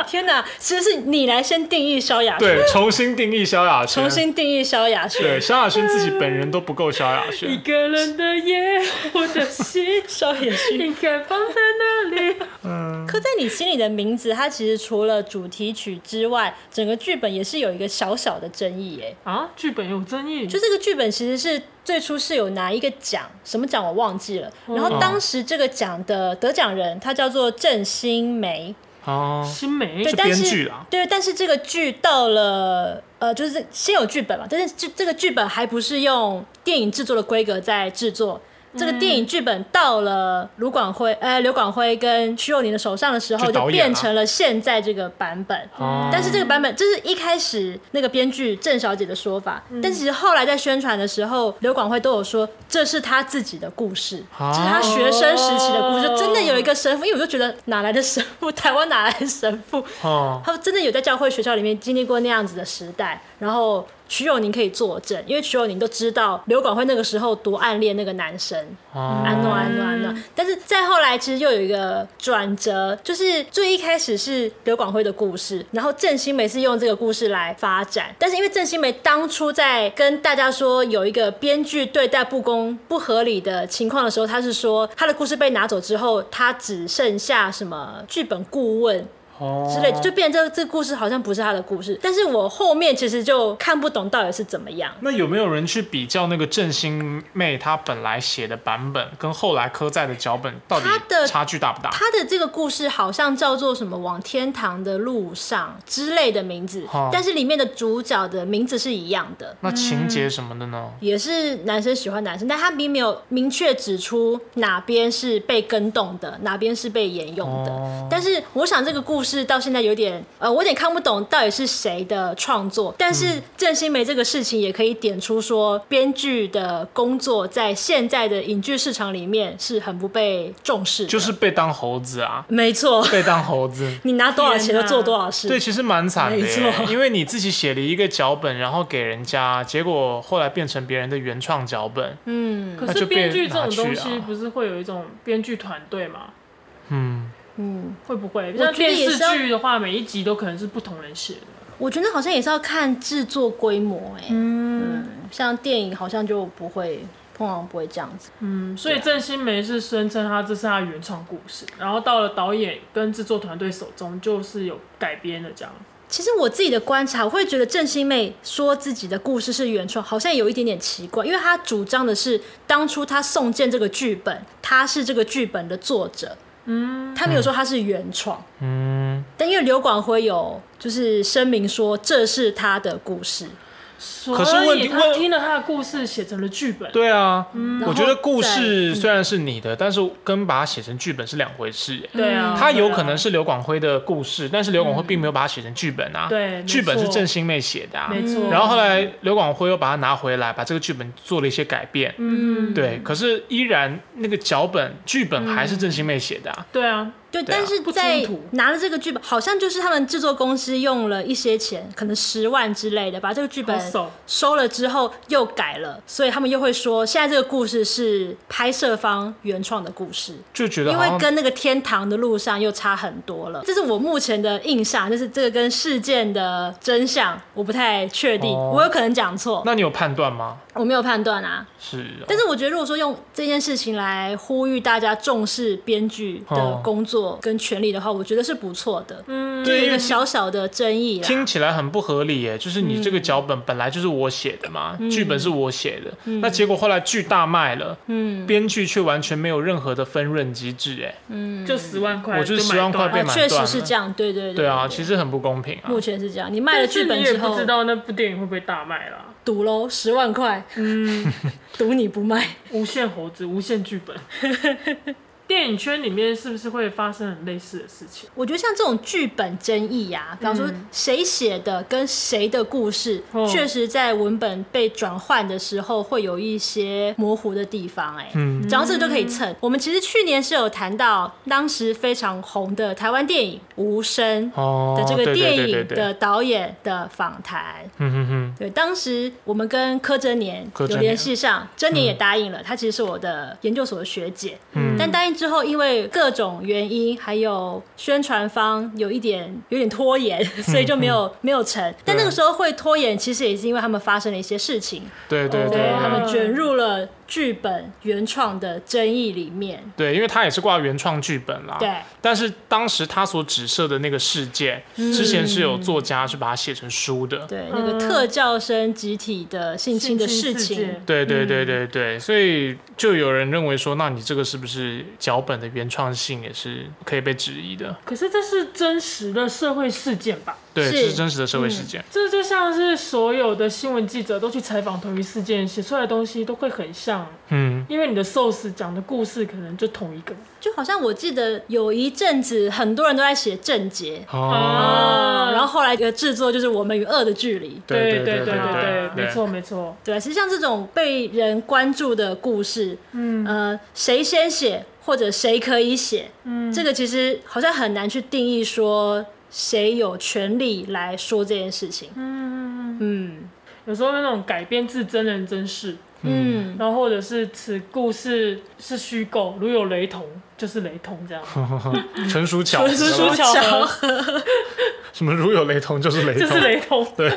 [SPEAKER 4] 天哪，其实是你来先定义萧亚轩，
[SPEAKER 3] 对，重新定义萧亚轩，
[SPEAKER 4] 重新定义萧亚
[SPEAKER 3] 对
[SPEAKER 4] 轩，
[SPEAKER 3] 萧亚轩自己本人都不够萧亚
[SPEAKER 2] 一
[SPEAKER 3] 轩。
[SPEAKER 2] 个人的夜，我的心
[SPEAKER 4] 萧亚轩。
[SPEAKER 2] 应该放在哪里？
[SPEAKER 3] 嗯
[SPEAKER 4] 刻在你心里的名字，它其实除了主题曲之外，整个剧本也是有一个小小的争议耶。
[SPEAKER 2] 啊，剧本有争议，
[SPEAKER 4] 就这个剧本其实是最初是有拿一个奖，什么奖我忘记了。然
[SPEAKER 3] 嗯
[SPEAKER 4] 后当时这个奖的得奖人，他叫做郑欣梅，
[SPEAKER 3] 哦，
[SPEAKER 2] 新梅
[SPEAKER 4] 对，但
[SPEAKER 3] 编剧啊
[SPEAKER 4] 是
[SPEAKER 3] 啦
[SPEAKER 4] 对，但是这个剧到了呃，就是先有剧本嘛，但是这这个剧本还不是用电影制作的规格在制作。这个
[SPEAKER 3] 嗯
[SPEAKER 4] 电影剧本到了卢广辉，呃，刘广辉跟徐若琳的手上的时
[SPEAKER 3] 就
[SPEAKER 4] 候，就
[SPEAKER 3] 导演啊
[SPEAKER 4] 变成了现在这个版本。
[SPEAKER 3] 哦
[SPEAKER 4] 但是这个版本，这是一开始那个编剧郑小姐的说法，但其实后来在宣传的时候，刘广辉都有说这是他自己的故事，
[SPEAKER 3] 啊
[SPEAKER 4] 这是他学生时期的故事，
[SPEAKER 2] 哦
[SPEAKER 4] 就真的有一个神父，因为我就觉得哪来的神父， 台湾哪来的神父？
[SPEAKER 3] 哦，
[SPEAKER 4] 他们真的有在教会学校里面经历过那样子的时代，然后徐友宁可以作证，因为徐友宁都知道刘广辉那个时候多暗恋那个男生，
[SPEAKER 3] 哦
[SPEAKER 4] 安诺啊安诺安诺。但是再后来，其实又有一个转折，就是最一开始是刘广辉的故事，然后郑欣梅是用这个故事来发展。但是因为郑欣梅当初在跟大家说有一个编剧对待不公、不合理的情况的时候，她是说她的故事被拿走之后，她只剩下什么剧本顾问。
[SPEAKER 3] 哦
[SPEAKER 4] 之类的，就变成这这故事好像不是他的故事，但是我后面其实就看不懂到底是怎么样。
[SPEAKER 3] 那有没有人去比较那个郑欣妹她本来写的版本跟后来科在的脚本到底
[SPEAKER 4] 她的
[SPEAKER 3] 差距大不大？
[SPEAKER 4] 他的这个故事好像叫做什么“往天堂的路上”之类的名字
[SPEAKER 3] 哦，
[SPEAKER 4] 但是里面的主角的名字是一样的，
[SPEAKER 3] 那情节什么的呢？
[SPEAKER 4] 也是男生喜欢男生，但他并没有明确指出哪边是被跟动的，哪边是被沿用的。
[SPEAKER 3] 哦
[SPEAKER 4] 但是我想这个故事到现在有点，呃，我有点看不懂到底是谁的创作。但是郑欣梅这个事情也可以点出说，编剧的工作在现在的影剧市场里面是很不被重视的，
[SPEAKER 3] 就是被当猴子啊，
[SPEAKER 4] 没错。。
[SPEAKER 3] 被当猴子啊
[SPEAKER 4] 你拿多少钱就做多少
[SPEAKER 3] 对，
[SPEAKER 4] 事。
[SPEAKER 3] 其实蛮惨的
[SPEAKER 4] 没
[SPEAKER 3] 耶，
[SPEAKER 4] 错
[SPEAKER 3] 因为你自己写了一个脚本，然后给人家，结果后来变成别人的原创脚本。
[SPEAKER 4] 嗯
[SPEAKER 2] 可
[SPEAKER 3] 那
[SPEAKER 2] 是
[SPEAKER 3] 就
[SPEAKER 2] 编
[SPEAKER 3] 被
[SPEAKER 2] 剧这
[SPEAKER 3] 拿
[SPEAKER 2] 种东
[SPEAKER 3] 去啊
[SPEAKER 2] 西不是会有一种编剧团队吗？
[SPEAKER 3] 嗯，
[SPEAKER 4] 嗯，
[SPEAKER 2] 会不会
[SPEAKER 4] 觉得
[SPEAKER 2] 像电
[SPEAKER 4] 也
[SPEAKER 2] 视
[SPEAKER 4] 是要
[SPEAKER 2] 剧的话，每一集都可能是不同人写的？
[SPEAKER 4] 我觉得好像也是要看制作规模、哎、嗯，像电影好像就不会，通常不会这样子。
[SPEAKER 2] 嗯，所
[SPEAKER 3] 啊
[SPEAKER 2] 以郑欣梅是声称她这是她原创故事，然后到了导演跟制作团队手中，就是有改编的这样。
[SPEAKER 4] 其实我自己的观察，我会觉得郑欣妹说自己的故事是原创，好像有一点点奇怪，因为她主张的是当初她送件这个剧本，她是这个剧本的作者，嗯，她没有说她是原创，
[SPEAKER 3] 嗯，
[SPEAKER 4] 但因为刘广辉有就是声明说这是他的故事，
[SPEAKER 2] 所
[SPEAKER 3] 是问题
[SPEAKER 2] 以他
[SPEAKER 3] 问
[SPEAKER 2] 听了他的故事，写成了剧本。
[SPEAKER 3] 对啊，
[SPEAKER 2] 嗯
[SPEAKER 3] 我觉得
[SPEAKER 4] 然后
[SPEAKER 3] 故
[SPEAKER 4] 再
[SPEAKER 3] 事虽然是你的，但是跟把它写成剧本是两回事耶。
[SPEAKER 2] 对啊，
[SPEAKER 3] 它有
[SPEAKER 2] 对啊
[SPEAKER 3] 可能是刘广辉的故事，但是刘广辉并没有把它写成剧本啊。
[SPEAKER 2] 对没错
[SPEAKER 3] 剧本是郑欣妹写的啊。
[SPEAKER 2] 没
[SPEAKER 4] 嗯
[SPEAKER 2] 错。
[SPEAKER 3] 然后后来刘广辉又把它拿回来，把这个剧本做了一些改变。
[SPEAKER 2] 嗯，
[SPEAKER 3] 对，可是依然那个脚本剧本还是郑欣妹写的啊。
[SPEAKER 2] 对啊，
[SPEAKER 4] 对，
[SPEAKER 3] 对啊
[SPEAKER 4] 但是
[SPEAKER 2] 不
[SPEAKER 4] 在
[SPEAKER 2] 冲突
[SPEAKER 4] 拿了这个剧本，好像就是他们制作公司用了一些钱，可能十万之类的，把这个剧本
[SPEAKER 2] 好手
[SPEAKER 4] 收了之后又改了，所以他们又会说，现在这个故事是拍摄方原创的故事，
[SPEAKER 3] 就觉得
[SPEAKER 4] 因
[SPEAKER 3] 好
[SPEAKER 4] 为
[SPEAKER 3] 像
[SPEAKER 4] 跟那个天堂的路上又差很多了。这是我目前的印象，就是这个跟事件的真相我不太确定，
[SPEAKER 3] 哦
[SPEAKER 4] 我有可能讲错，
[SPEAKER 3] 那你有判断吗？
[SPEAKER 4] 我没有判断啊。
[SPEAKER 3] 是哦，
[SPEAKER 4] 但是我觉得，如果说用这件事情来呼吁大家重视编剧的工作跟权利的话，我觉得是不错的。嗯，就有一个小小的争议啦。
[SPEAKER 3] 听起来很不合理耶，就是你这个脚本本来就是我写的嘛，
[SPEAKER 4] 嗯
[SPEAKER 3] 剧本是我写的，那结果后来剧大卖了，嗯，编剧却完全没有任何的分润机制，哎，
[SPEAKER 4] 嗯
[SPEAKER 2] 就十万块，
[SPEAKER 3] 我就是
[SPEAKER 2] 买
[SPEAKER 3] 10万块
[SPEAKER 2] 断
[SPEAKER 3] 被
[SPEAKER 4] 啊，
[SPEAKER 3] 买
[SPEAKER 4] 确
[SPEAKER 3] 断
[SPEAKER 4] 实
[SPEAKER 3] 了
[SPEAKER 4] 是这样，对对对
[SPEAKER 3] 对啊，其实很不公平啊
[SPEAKER 4] 目。前是这样。你卖了
[SPEAKER 2] 但
[SPEAKER 4] 剧
[SPEAKER 2] 是
[SPEAKER 4] 本
[SPEAKER 2] 你也
[SPEAKER 4] 之
[SPEAKER 2] 不
[SPEAKER 4] 后
[SPEAKER 2] 知，道那部电影会不会大卖啦。
[SPEAKER 4] 赌喽，十万块，
[SPEAKER 2] 嗯，
[SPEAKER 4] 赌你不卖。
[SPEAKER 2] 无限猴子，无限剧本。电影圈里面是不是会发生很类似的事情？
[SPEAKER 4] 我觉得像这种剧本争议呀、比方说
[SPEAKER 2] 嗯
[SPEAKER 4] 谁写的跟谁的故事，
[SPEAKER 2] 哦
[SPEAKER 4] 确、实在文本被转换的时候会有一些模糊的地方、哎、
[SPEAKER 3] 嗯
[SPEAKER 4] 讲到这个就可以蹭。我们其实去年是有谈到当时非常红的台湾电影《无声》
[SPEAKER 3] 哦
[SPEAKER 4] 的这
[SPEAKER 3] 对
[SPEAKER 4] 个
[SPEAKER 3] 对
[SPEAKER 4] 电
[SPEAKER 3] 对对
[SPEAKER 4] 影
[SPEAKER 3] 对
[SPEAKER 4] 的导演的访谈。
[SPEAKER 3] 嗯哼哼，
[SPEAKER 4] 对，当时我们跟柯贞年
[SPEAKER 3] 柯
[SPEAKER 4] 有
[SPEAKER 3] 贞年
[SPEAKER 4] 联系上，贞年也答应了。她其实是我的研究所的学姐，
[SPEAKER 3] 嗯
[SPEAKER 4] 但答应之后，因为各种原因，还有宣传方有一点有点拖延， 所以就没有、
[SPEAKER 3] 嗯
[SPEAKER 4] 没有成。但那个时候会拖延，其实也是因为他们发生了一些事情，
[SPEAKER 3] 对对对
[SPEAKER 2] 哦
[SPEAKER 3] 对，
[SPEAKER 4] 他们
[SPEAKER 2] 就
[SPEAKER 4] 卷入了剧本原创的争议里面。
[SPEAKER 3] 对，因为他也是挂原创剧本啦。
[SPEAKER 4] 对。
[SPEAKER 3] 但是当时他所指涉的那个事件，之前是有作家是把它写成书的。
[SPEAKER 4] 对，那个特教生集体的嗯性侵的事情，
[SPEAKER 3] 对对对对对，所以就有人认为说，那你这个是不是脚本的原创性也是可以被质疑的？
[SPEAKER 2] 可是这是真实的社会事件吧？
[SPEAKER 3] 对，
[SPEAKER 4] 是
[SPEAKER 3] 这是真实的社会事件。
[SPEAKER 2] 这就像是所有的新闻记者都去采访同一事件，写出来的东西都会很像，
[SPEAKER 3] 嗯，
[SPEAKER 2] 因为你的 source 讲的故事可能就同一个。
[SPEAKER 4] 就好像我记得有一阵子很多人都在写症结。
[SPEAKER 3] 哦，
[SPEAKER 4] 啊，然后后来的制作就是《我们与恶的距离》，
[SPEAKER 3] 对
[SPEAKER 2] 对对
[SPEAKER 3] 对对，
[SPEAKER 2] 没错没错，
[SPEAKER 4] 对，其实像这种被人关注的故事，
[SPEAKER 2] 嗯
[SPEAKER 4] 呃，谁先写或者谁可以写，
[SPEAKER 2] 嗯，
[SPEAKER 4] 这个其实好像很难去定义说谁有权利来说这件事情。
[SPEAKER 2] 嗯，
[SPEAKER 4] 嗯
[SPEAKER 2] 有时候那种改编自真人真事，
[SPEAKER 4] 嗯，
[SPEAKER 2] 然后或者是此故事是虚构，如有雷同就是雷同 这样，
[SPEAKER 3] 纯属巧合，
[SPEAKER 4] 纯
[SPEAKER 2] 纯属
[SPEAKER 4] 属
[SPEAKER 2] 巧
[SPEAKER 4] 巧
[SPEAKER 2] 合，
[SPEAKER 3] 什么如有雷同就是雷
[SPEAKER 2] 就
[SPEAKER 3] 同，
[SPEAKER 2] 是雷同。
[SPEAKER 3] 对，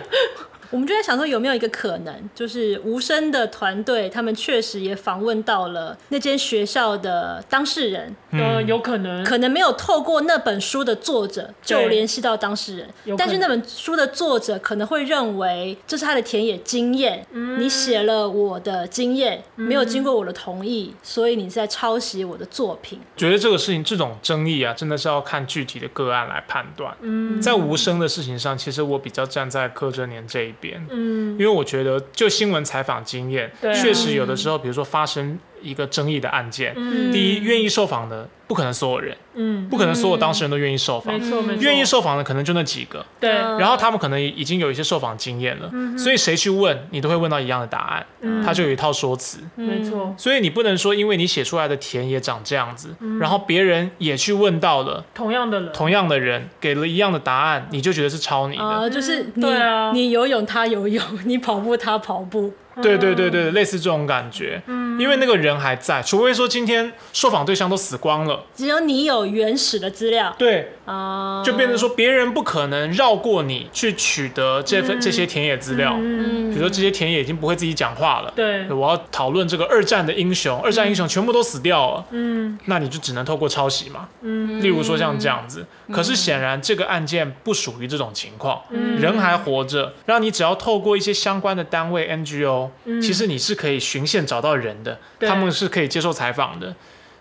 [SPEAKER 4] 我们就在想说有没有一个可能，就是无声的团队，他们确实也访问到了那间学校的当事人，
[SPEAKER 2] 呃，
[SPEAKER 3] 嗯
[SPEAKER 2] 有可能，
[SPEAKER 4] 可能没有透过那本书的作者
[SPEAKER 2] 对
[SPEAKER 4] 就联系到当事
[SPEAKER 2] 有可能
[SPEAKER 4] 人，但是那本书的作者可能会认为这是他的田野经验，
[SPEAKER 2] 嗯
[SPEAKER 4] 你写了我的经验，没有经过我的同意，所以你在抄袭我的作品。
[SPEAKER 3] 觉得这个事情这种争议啊，真的是要看具体的个案来判断。
[SPEAKER 2] 嗯
[SPEAKER 3] 在无声的事情上，其实我比较站在柯震年这一边，
[SPEAKER 2] 嗯
[SPEAKER 3] 因为我觉得就新闻采访经验，
[SPEAKER 2] 对啊
[SPEAKER 3] 确实有的时候，比如说发生一个争议的案件，
[SPEAKER 2] 嗯
[SPEAKER 3] 第一，愿意受访的不可能所有人，
[SPEAKER 2] 嗯，
[SPEAKER 3] 不可能所有当事人都愿意受访
[SPEAKER 2] 没，错嗯没错，
[SPEAKER 3] 愿意受访的可能就那几个，
[SPEAKER 2] 对，
[SPEAKER 4] 嗯
[SPEAKER 3] 然后他们可能已经有一些受访经验了，所以谁去问，你都会问到一样的答案，
[SPEAKER 2] 嗯
[SPEAKER 3] 他就有一套说辞。
[SPEAKER 2] 没错，
[SPEAKER 3] 所以你不能说，因为你写出来的田野长这样子，
[SPEAKER 2] 嗯
[SPEAKER 3] 然后别人也去问到了
[SPEAKER 2] 同样的人，
[SPEAKER 3] 同样的人，给了一样的答案，你就觉得是抄你的。
[SPEAKER 2] 哦
[SPEAKER 4] 啊、就是你、
[SPEAKER 2] 对啊
[SPEAKER 4] 你游泳他游泳， 你跑步他跑步，
[SPEAKER 2] 嗯
[SPEAKER 3] 对对对对，类似这种感觉。因为那个人还在，除非说今天受访对象都死光了，
[SPEAKER 4] 只有你有原始的资料
[SPEAKER 3] 对，
[SPEAKER 4] 啊、
[SPEAKER 3] 就变成说别人不可能绕过你去取得这份、这些田野资料。
[SPEAKER 2] 嗯，
[SPEAKER 3] 比如说这些田野已经不会自己讲话了，
[SPEAKER 2] 对
[SPEAKER 3] 我要讨论这个二战的英雄，二战英雄全部都死掉了，
[SPEAKER 2] 嗯
[SPEAKER 3] 那你就只能透过抄袭嘛。
[SPEAKER 2] 嗯
[SPEAKER 3] 例如说像这样子，可是显然这个案件不属于这种情况，
[SPEAKER 2] 嗯
[SPEAKER 3] 人还活着，让你只要透过一些相关的单位 NGO，、
[SPEAKER 2] 嗯
[SPEAKER 3] 其实你是可以循线找到人的，
[SPEAKER 2] 对
[SPEAKER 3] 他们是可以接受采访的。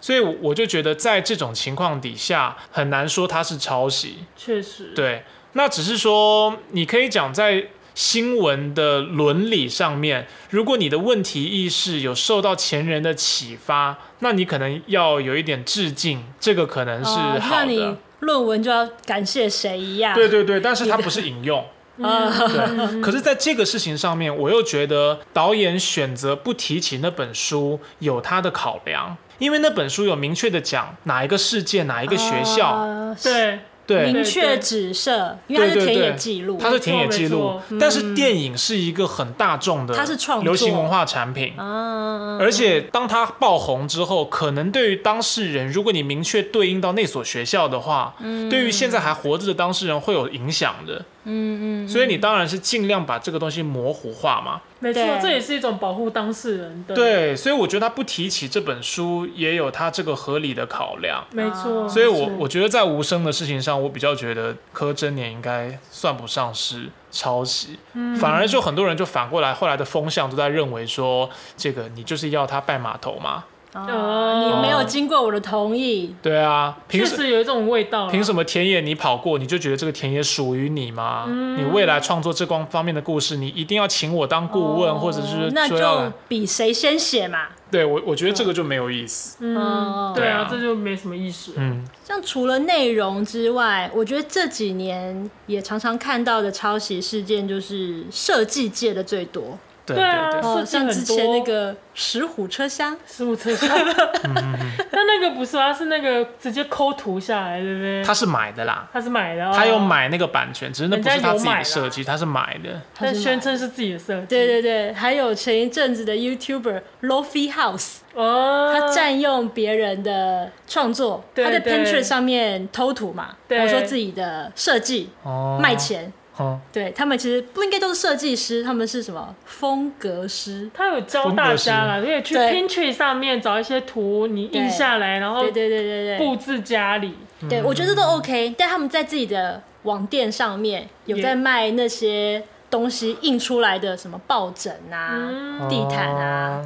[SPEAKER 3] 所以我我就觉得，在这种情况底下，很难说它是抄袭。
[SPEAKER 2] 确实，
[SPEAKER 3] 对，那只是说，你可以讲在新闻的伦理上面，如果你的问题意识有受到前人的启发，那你可能要有一点致敬，这个可能是
[SPEAKER 2] 哦
[SPEAKER 4] 啊就
[SPEAKER 3] 好
[SPEAKER 4] 像
[SPEAKER 3] 的。
[SPEAKER 4] 你论文就要感谢谁一样。
[SPEAKER 3] 对对对，但是它不是引用。
[SPEAKER 4] 啊、
[SPEAKER 3] 对，可是，在这个事情上面，我又觉得导演选择不提起那本书有他的考量，因为那本书有明确的讲哪一个事件、哪一个学校，
[SPEAKER 4] 啊
[SPEAKER 2] 对，
[SPEAKER 3] 对，
[SPEAKER 4] 明
[SPEAKER 2] 对
[SPEAKER 4] 确
[SPEAKER 2] 对
[SPEAKER 4] 指涉，因
[SPEAKER 3] 对
[SPEAKER 4] 为它是
[SPEAKER 3] 对
[SPEAKER 4] 田野
[SPEAKER 3] 对，
[SPEAKER 4] 记录，
[SPEAKER 3] 它是田野记录嗯
[SPEAKER 2] 没错，
[SPEAKER 3] 但是电影是一个很大众的，
[SPEAKER 4] 它嗯是创作
[SPEAKER 3] 流行文化产品。
[SPEAKER 4] 啊，
[SPEAKER 3] 而且，当它爆红之后，可能对于当事人，如果你明确对应到那所学校的话，
[SPEAKER 4] 嗯
[SPEAKER 3] 对于现在还活着的当事人会有影响的。
[SPEAKER 4] 嗯嗯，
[SPEAKER 3] 所以你当然是尽量把这个东西模糊化嘛。
[SPEAKER 2] 没错，
[SPEAKER 4] 对
[SPEAKER 2] 这也是一种保护当事人的，，
[SPEAKER 3] 对，所以我觉得他不提起这本书，也有他这个合理的考量。
[SPEAKER 2] 没
[SPEAKER 4] 哦
[SPEAKER 2] 错，
[SPEAKER 3] 所以我，
[SPEAKER 2] 没错
[SPEAKER 3] 我觉得在无声的事情上，我比较觉得柯真年应该算不上是抄袭，
[SPEAKER 2] 嗯
[SPEAKER 3] 反而就很多人就反过来，后来的风向都在认为说，这个你就是要他拜码头嘛，
[SPEAKER 4] 哦你没有经过我的同意，
[SPEAKER 3] 对啊，
[SPEAKER 2] 确
[SPEAKER 3] 凭什
[SPEAKER 2] 实有一种味道啦。
[SPEAKER 3] 凭什么田野你跑过，你就觉得这个田野属于你吗？你
[SPEAKER 2] 嗯
[SPEAKER 3] 未来创作这光方面的故事，你一定要请我当顾
[SPEAKER 2] 哦
[SPEAKER 3] 问，或者是
[SPEAKER 4] 哦那
[SPEAKER 3] 说要
[SPEAKER 4] 就比谁先写嘛。
[SPEAKER 3] 对我，我觉得这个就没有意思。
[SPEAKER 2] 嗯，
[SPEAKER 3] 对
[SPEAKER 2] 对
[SPEAKER 3] 啊
[SPEAKER 2] 啊，这就没什么意思。
[SPEAKER 3] 嗯，
[SPEAKER 4] 像除了内容之外，我觉得这几年也常常看到的抄袭事件，就是设计界的最多。
[SPEAKER 3] 对
[SPEAKER 2] 对啊
[SPEAKER 3] 对，
[SPEAKER 4] 哦，
[SPEAKER 2] 设计很多
[SPEAKER 4] 像之前那个石虎车厢，
[SPEAKER 2] 十五 车厢，
[SPEAKER 3] 嗯
[SPEAKER 2] 但那个不是啊，是那个直接抠图下来，对不对？
[SPEAKER 3] 他是买的啦，
[SPEAKER 2] 他是买的、哦，
[SPEAKER 3] 他有，买那个版权，只是那不是
[SPEAKER 2] 人家
[SPEAKER 3] 他
[SPEAKER 2] 有
[SPEAKER 3] 自己
[SPEAKER 2] 买
[SPEAKER 3] 的
[SPEAKER 2] 啦
[SPEAKER 3] 设计，他是买的。
[SPEAKER 2] 但宣称是自己的设计。
[SPEAKER 4] 对对对，还有前一阵子的 YouTuber Lofi House，
[SPEAKER 2] 哦，
[SPEAKER 4] 他占用别人的创作，
[SPEAKER 2] 对
[SPEAKER 4] 他在
[SPEAKER 2] 对
[SPEAKER 4] Pinterest 上面偷图嘛，
[SPEAKER 2] 对
[SPEAKER 4] 然后说自己的设计
[SPEAKER 3] 哦，
[SPEAKER 4] 卖钱。
[SPEAKER 3] 哦，
[SPEAKER 4] 对他们其实不应该都是设计师，他们是什么风格师？
[SPEAKER 2] 他有教大家啦，可以去
[SPEAKER 4] 对
[SPEAKER 2] Pinterest 上面找一些图，你印下来，然后
[SPEAKER 4] 对对对对对，
[SPEAKER 2] 布置家里。
[SPEAKER 4] 对，我觉得都 OK，但他们在自己的网店上面有
[SPEAKER 2] 也
[SPEAKER 4] 在卖那些东西印出来的什么抱枕啊、
[SPEAKER 2] 嗯
[SPEAKER 4] 地毯啊，
[SPEAKER 3] 哦，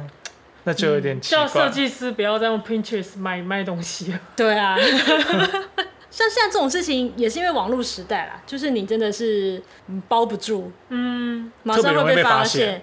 [SPEAKER 3] 那就有点奇
[SPEAKER 2] 叫
[SPEAKER 3] 怪
[SPEAKER 2] 设。计师不嗯要再用 Pinterest 买卖东西了。
[SPEAKER 4] 对啊。像现在这种事情，也是因为网络时代啦，就是你真的是嗯包不住，
[SPEAKER 2] 嗯，
[SPEAKER 4] 马上会
[SPEAKER 3] 特别容易被
[SPEAKER 4] 发
[SPEAKER 3] 发现。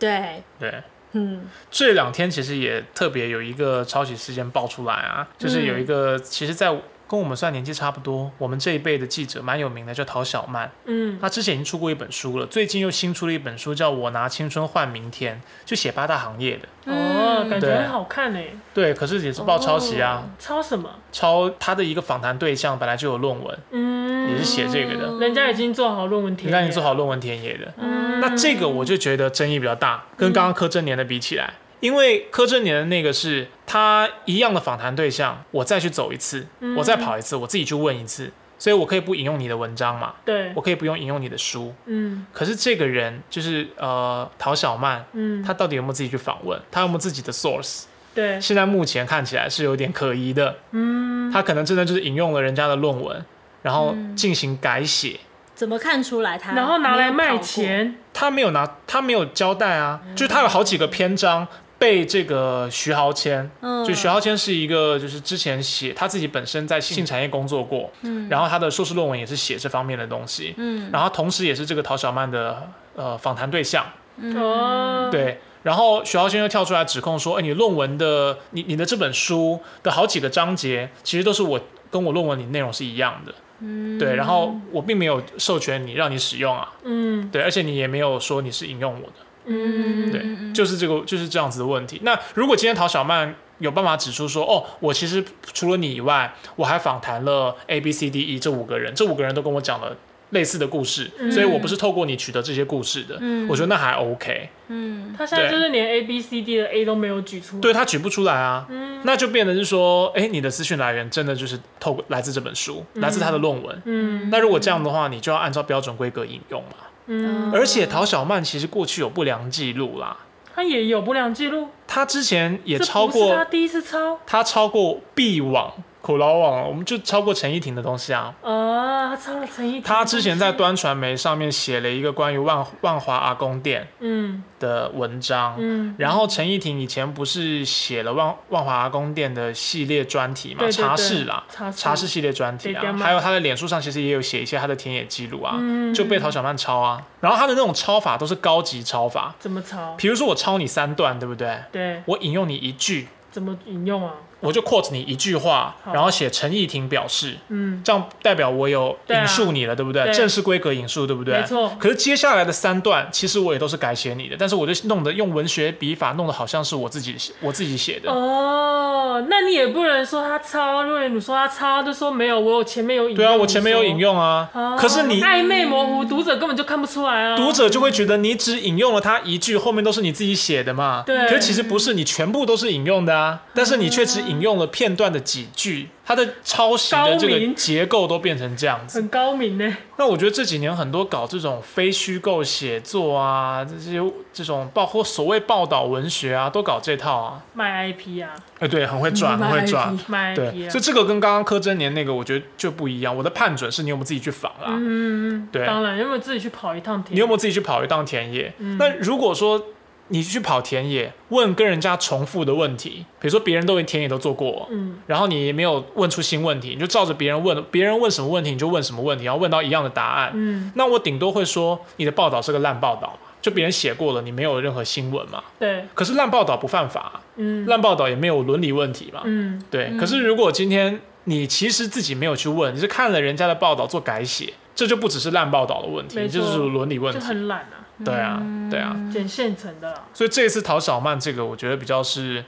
[SPEAKER 4] 对，
[SPEAKER 3] 对，
[SPEAKER 4] 嗯，
[SPEAKER 3] 这两天其实也特别有一个抄袭事件爆出来啊，就是有一个，其实，在跟我们算年纪差不多，我们这一辈的记者蛮有名的，叫陶小曼。
[SPEAKER 2] 嗯，
[SPEAKER 3] 他之前已经出过一本书了，最近又新出了一本书，叫《我拿青春换明天》，就写八大行业的。
[SPEAKER 2] 哦，感觉
[SPEAKER 3] 对
[SPEAKER 2] 很好看诶。
[SPEAKER 3] 对，可是也是爆抄袭啊，
[SPEAKER 2] 抄什么？
[SPEAKER 3] 抄他的一个访谈对象本来就有论文，也是
[SPEAKER 2] 嗯，
[SPEAKER 3] 写这个的，
[SPEAKER 2] 人家已经做好论文题，嗯
[SPEAKER 3] 你看你做。好论文田野的。
[SPEAKER 4] 嗯
[SPEAKER 3] 那这个我就觉得争议比较大，跟刚刚柯震年的比起来，因为柯震年的那个是他一样的访谈对象，我再去走一次，我再跑一次，我自己去问一次，所以我可以不引用你的文章嘛，
[SPEAKER 2] 对
[SPEAKER 3] 我，可以不用引用你的书。
[SPEAKER 2] 嗯
[SPEAKER 3] 可是这个人就是呃陶小曼，
[SPEAKER 2] 嗯，
[SPEAKER 3] 他到底有没有自己去访问？他有没有自己的 source？
[SPEAKER 2] 对，
[SPEAKER 3] 现在目前看起来是有点可疑的。嗯，他可能真的就是引用了人家的论文，然后进行改写。
[SPEAKER 4] 怎么看出来他？
[SPEAKER 2] 然后拿来卖，钱。
[SPEAKER 3] 他没有拿，他没有交代啊，就是他有好几个篇章被这个徐豪谦，
[SPEAKER 4] 嗯
[SPEAKER 3] 就徐豪谦是一个就是之前写他自己本身在性产业工作过，嗯，然后他的硕士论文也是写这方面的东西，嗯，然后同时也是这个陶小曼的呃访谈对象，
[SPEAKER 4] 嗯
[SPEAKER 2] 哦，，
[SPEAKER 3] 对。然后徐浩轩又跳出来指控说：“哎，你论文的，你你的这本书的好几个章节，其实都是我跟我论文里内容是一样的，嗯，对。然后我并没有授权你让你使用啊，
[SPEAKER 2] 嗯
[SPEAKER 3] 对，而且你也没有说你是引用我的，
[SPEAKER 2] 嗯，
[SPEAKER 3] 对，就是这个就是这样子的问题。那如果今天陶小曼有办法指出说，哦，我其实除了你以外，我还访谈了 A、B、C、D、E 这五个人，这五个人都跟我讲了类似的故事，
[SPEAKER 2] 嗯
[SPEAKER 3] 所以我不是透过你取得这些故事的，嗯，我觉得那还 OK，
[SPEAKER 4] 嗯
[SPEAKER 2] 他现在
[SPEAKER 3] 对
[SPEAKER 2] 就是连 A B C D 的 A 都没有举出来。
[SPEAKER 3] 对他举不出来啊，
[SPEAKER 2] 嗯
[SPEAKER 3] 那就变得是说，哎，你的资讯来源真的就是透过来自这本书，来自他的论文。
[SPEAKER 2] 嗯
[SPEAKER 3] 那如果这样的话，你就要按照标准规格引用嘛。
[SPEAKER 2] 嗯，
[SPEAKER 3] 而且陶小曼其实过去有不良记录啦，
[SPEAKER 2] 他也有不良记录，
[SPEAKER 3] 她之前也
[SPEAKER 2] 这
[SPEAKER 3] 超
[SPEAKER 2] 不是他
[SPEAKER 3] 过
[SPEAKER 2] 第一次抄
[SPEAKER 3] 她超过币网、苦劳网，我们就超过陈依婷的东西啊。
[SPEAKER 2] 啊，他抄了陈奕。
[SPEAKER 3] 她之前在，端传媒上面写了一个关于万万华阿公店
[SPEAKER 2] 嗯
[SPEAKER 3] 的文章，
[SPEAKER 2] 嗯，
[SPEAKER 3] 然后陈依婷以前不是写了万万华宫殿的系列专题嘛，
[SPEAKER 2] 对对对
[SPEAKER 3] 茶室啦，
[SPEAKER 2] 茶室
[SPEAKER 3] 茶室系列专题
[SPEAKER 2] 对对
[SPEAKER 3] 啊，
[SPEAKER 2] 嘛
[SPEAKER 3] 还有他在脸书上其实也有写一些他的田野记录啊，
[SPEAKER 2] 嗯
[SPEAKER 3] 就被陶小曼抄啊。然后他的那种抄法都是高级抄法，
[SPEAKER 2] 怎么抄？
[SPEAKER 3] 比如说我抄你三段，对不对？
[SPEAKER 2] 对，
[SPEAKER 3] 我引用你一句，
[SPEAKER 2] 怎么引用啊？
[SPEAKER 3] 我就 quote 你一句话，
[SPEAKER 2] 好
[SPEAKER 3] 然后写陈依婷表示。
[SPEAKER 2] 嗯，
[SPEAKER 3] 这样代表我有
[SPEAKER 2] 对啊
[SPEAKER 3] 引述你了，对不对？
[SPEAKER 2] 对
[SPEAKER 3] 正式规格引述，对不对？
[SPEAKER 2] 没错
[SPEAKER 3] 可是接下来的三段，其实我也都是改写你的，但是我就弄得用文学笔法弄得好像是我自己写我自己写的。
[SPEAKER 2] 哦，那你也不能说他抄，如果你说他抄，就说没有，我有前面有引用。
[SPEAKER 3] 对啊，我前面有引。用啊。
[SPEAKER 2] 哦
[SPEAKER 3] 可是你
[SPEAKER 2] 暧昧模糊，读者根本就看不出来啊。
[SPEAKER 3] 读者就会觉得你只引用了他一句，后面都是你自己写的嘛。
[SPEAKER 2] 对
[SPEAKER 3] 可其实不是，你全部都是引用的啊，但是你却只引用了片段的几句，它的抄袭的这
[SPEAKER 2] 高
[SPEAKER 3] 个
[SPEAKER 2] 明
[SPEAKER 3] 结构都变成这样子。
[SPEAKER 2] 很高明呢。
[SPEAKER 3] 那我觉得这几年很多搞这种非虚构写作啊，这些这种报或所谓报道文学啊，都搞这套啊。
[SPEAKER 2] 卖 IP 啊，
[SPEAKER 3] 哎，对，很会转，很会转。
[SPEAKER 2] 卖
[SPEAKER 3] 对，
[SPEAKER 2] IP 啊
[SPEAKER 3] 所以，这个跟刚刚柯震年那个，我觉得就不一样。我的判准是你有没有自己去仿啦、
[SPEAKER 2] 嗯，
[SPEAKER 3] 对
[SPEAKER 2] 当然，因为自己去跑一趟田，
[SPEAKER 3] 你有没有自己去跑一趟田野？那如果说你去跑田野，问跟人家重复的问题，比如说别人都连田野都做过，
[SPEAKER 2] 嗯，
[SPEAKER 3] 然后你也没有问出新问题，你就照着别人问，别人问什么问题你就问什么问题，然后问到一样的答案，
[SPEAKER 2] 嗯，
[SPEAKER 3] 那我顶多会说你的报道是个烂报道嘛，就别人写过了，你没有任何新闻嘛。
[SPEAKER 2] 对，
[SPEAKER 3] 可是烂报道不犯法，啊
[SPEAKER 2] 嗯
[SPEAKER 3] 烂报道也没有伦理问题嘛。
[SPEAKER 2] 嗯
[SPEAKER 3] 对，
[SPEAKER 4] 嗯
[SPEAKER 3] 可是如果今天你其实自己没有去问，你是看了人家的报道做改写，这就不只是烂报道的问题，
[SPEAKER 2] 没
[SPEAKER 3] 这
[SPEAKER 2] 错
[SPEAKER 3] 就是伦理问
[SPEAKER 2] 就
[SPEAKER 3] 题。
[SPEAKER 2] 很懒啊，
[SPEAKER 3] 对啊，对啊。
[SPEAKER 2] 捡现成的啦，
[SPEAKER 3] 所以这一次陶小曼这个，我觉得比较是，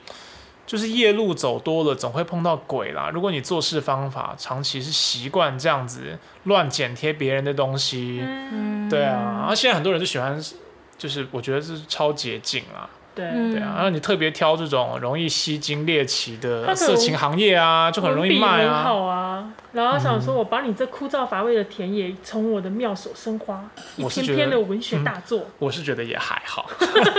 [SPEAKER 3] 就是夜路走多了，总会碰到鬼啦。如果你做事方法长期是习惯这样子乱剪贴别人的东西，
[SPEAKER 2] 嗯，
[SPEAKER 3] 对啊，然后现在很多人就喜欢，就是我觉得这是超捷径啊，
[SPEAKER 2] 对，
[SPEAKER 4] 嗯
[SPEAKER 3] 对啊，然后你特别挑这种容易吸金猎奇的
[SPEAKER 2] 它可
[SPEAKER 3] 色
[SPEAKER 2] 能
[SPEAKER 3] 情行业啊，就很容易
[SPEAKER 2] 文
[SPEAKER 3] 卖
[SPEAKER 2] 笔很
[SPEAKER 3] 啊。嗯
[SPEAKER 2] 好啊，然后想说我把你这枯燥乏味的田野从我的妙手生花，一
[SPEAKER 3] 我是
[SPEAKER 2] 篇
[SPEAKER 3] 觉
[SPEAKER 2] 篇的
[SPEAKER 3] 得，嗯
[SPEAKER 2] 文学大作，
[SPEAKER 3] 我是觉得也还好。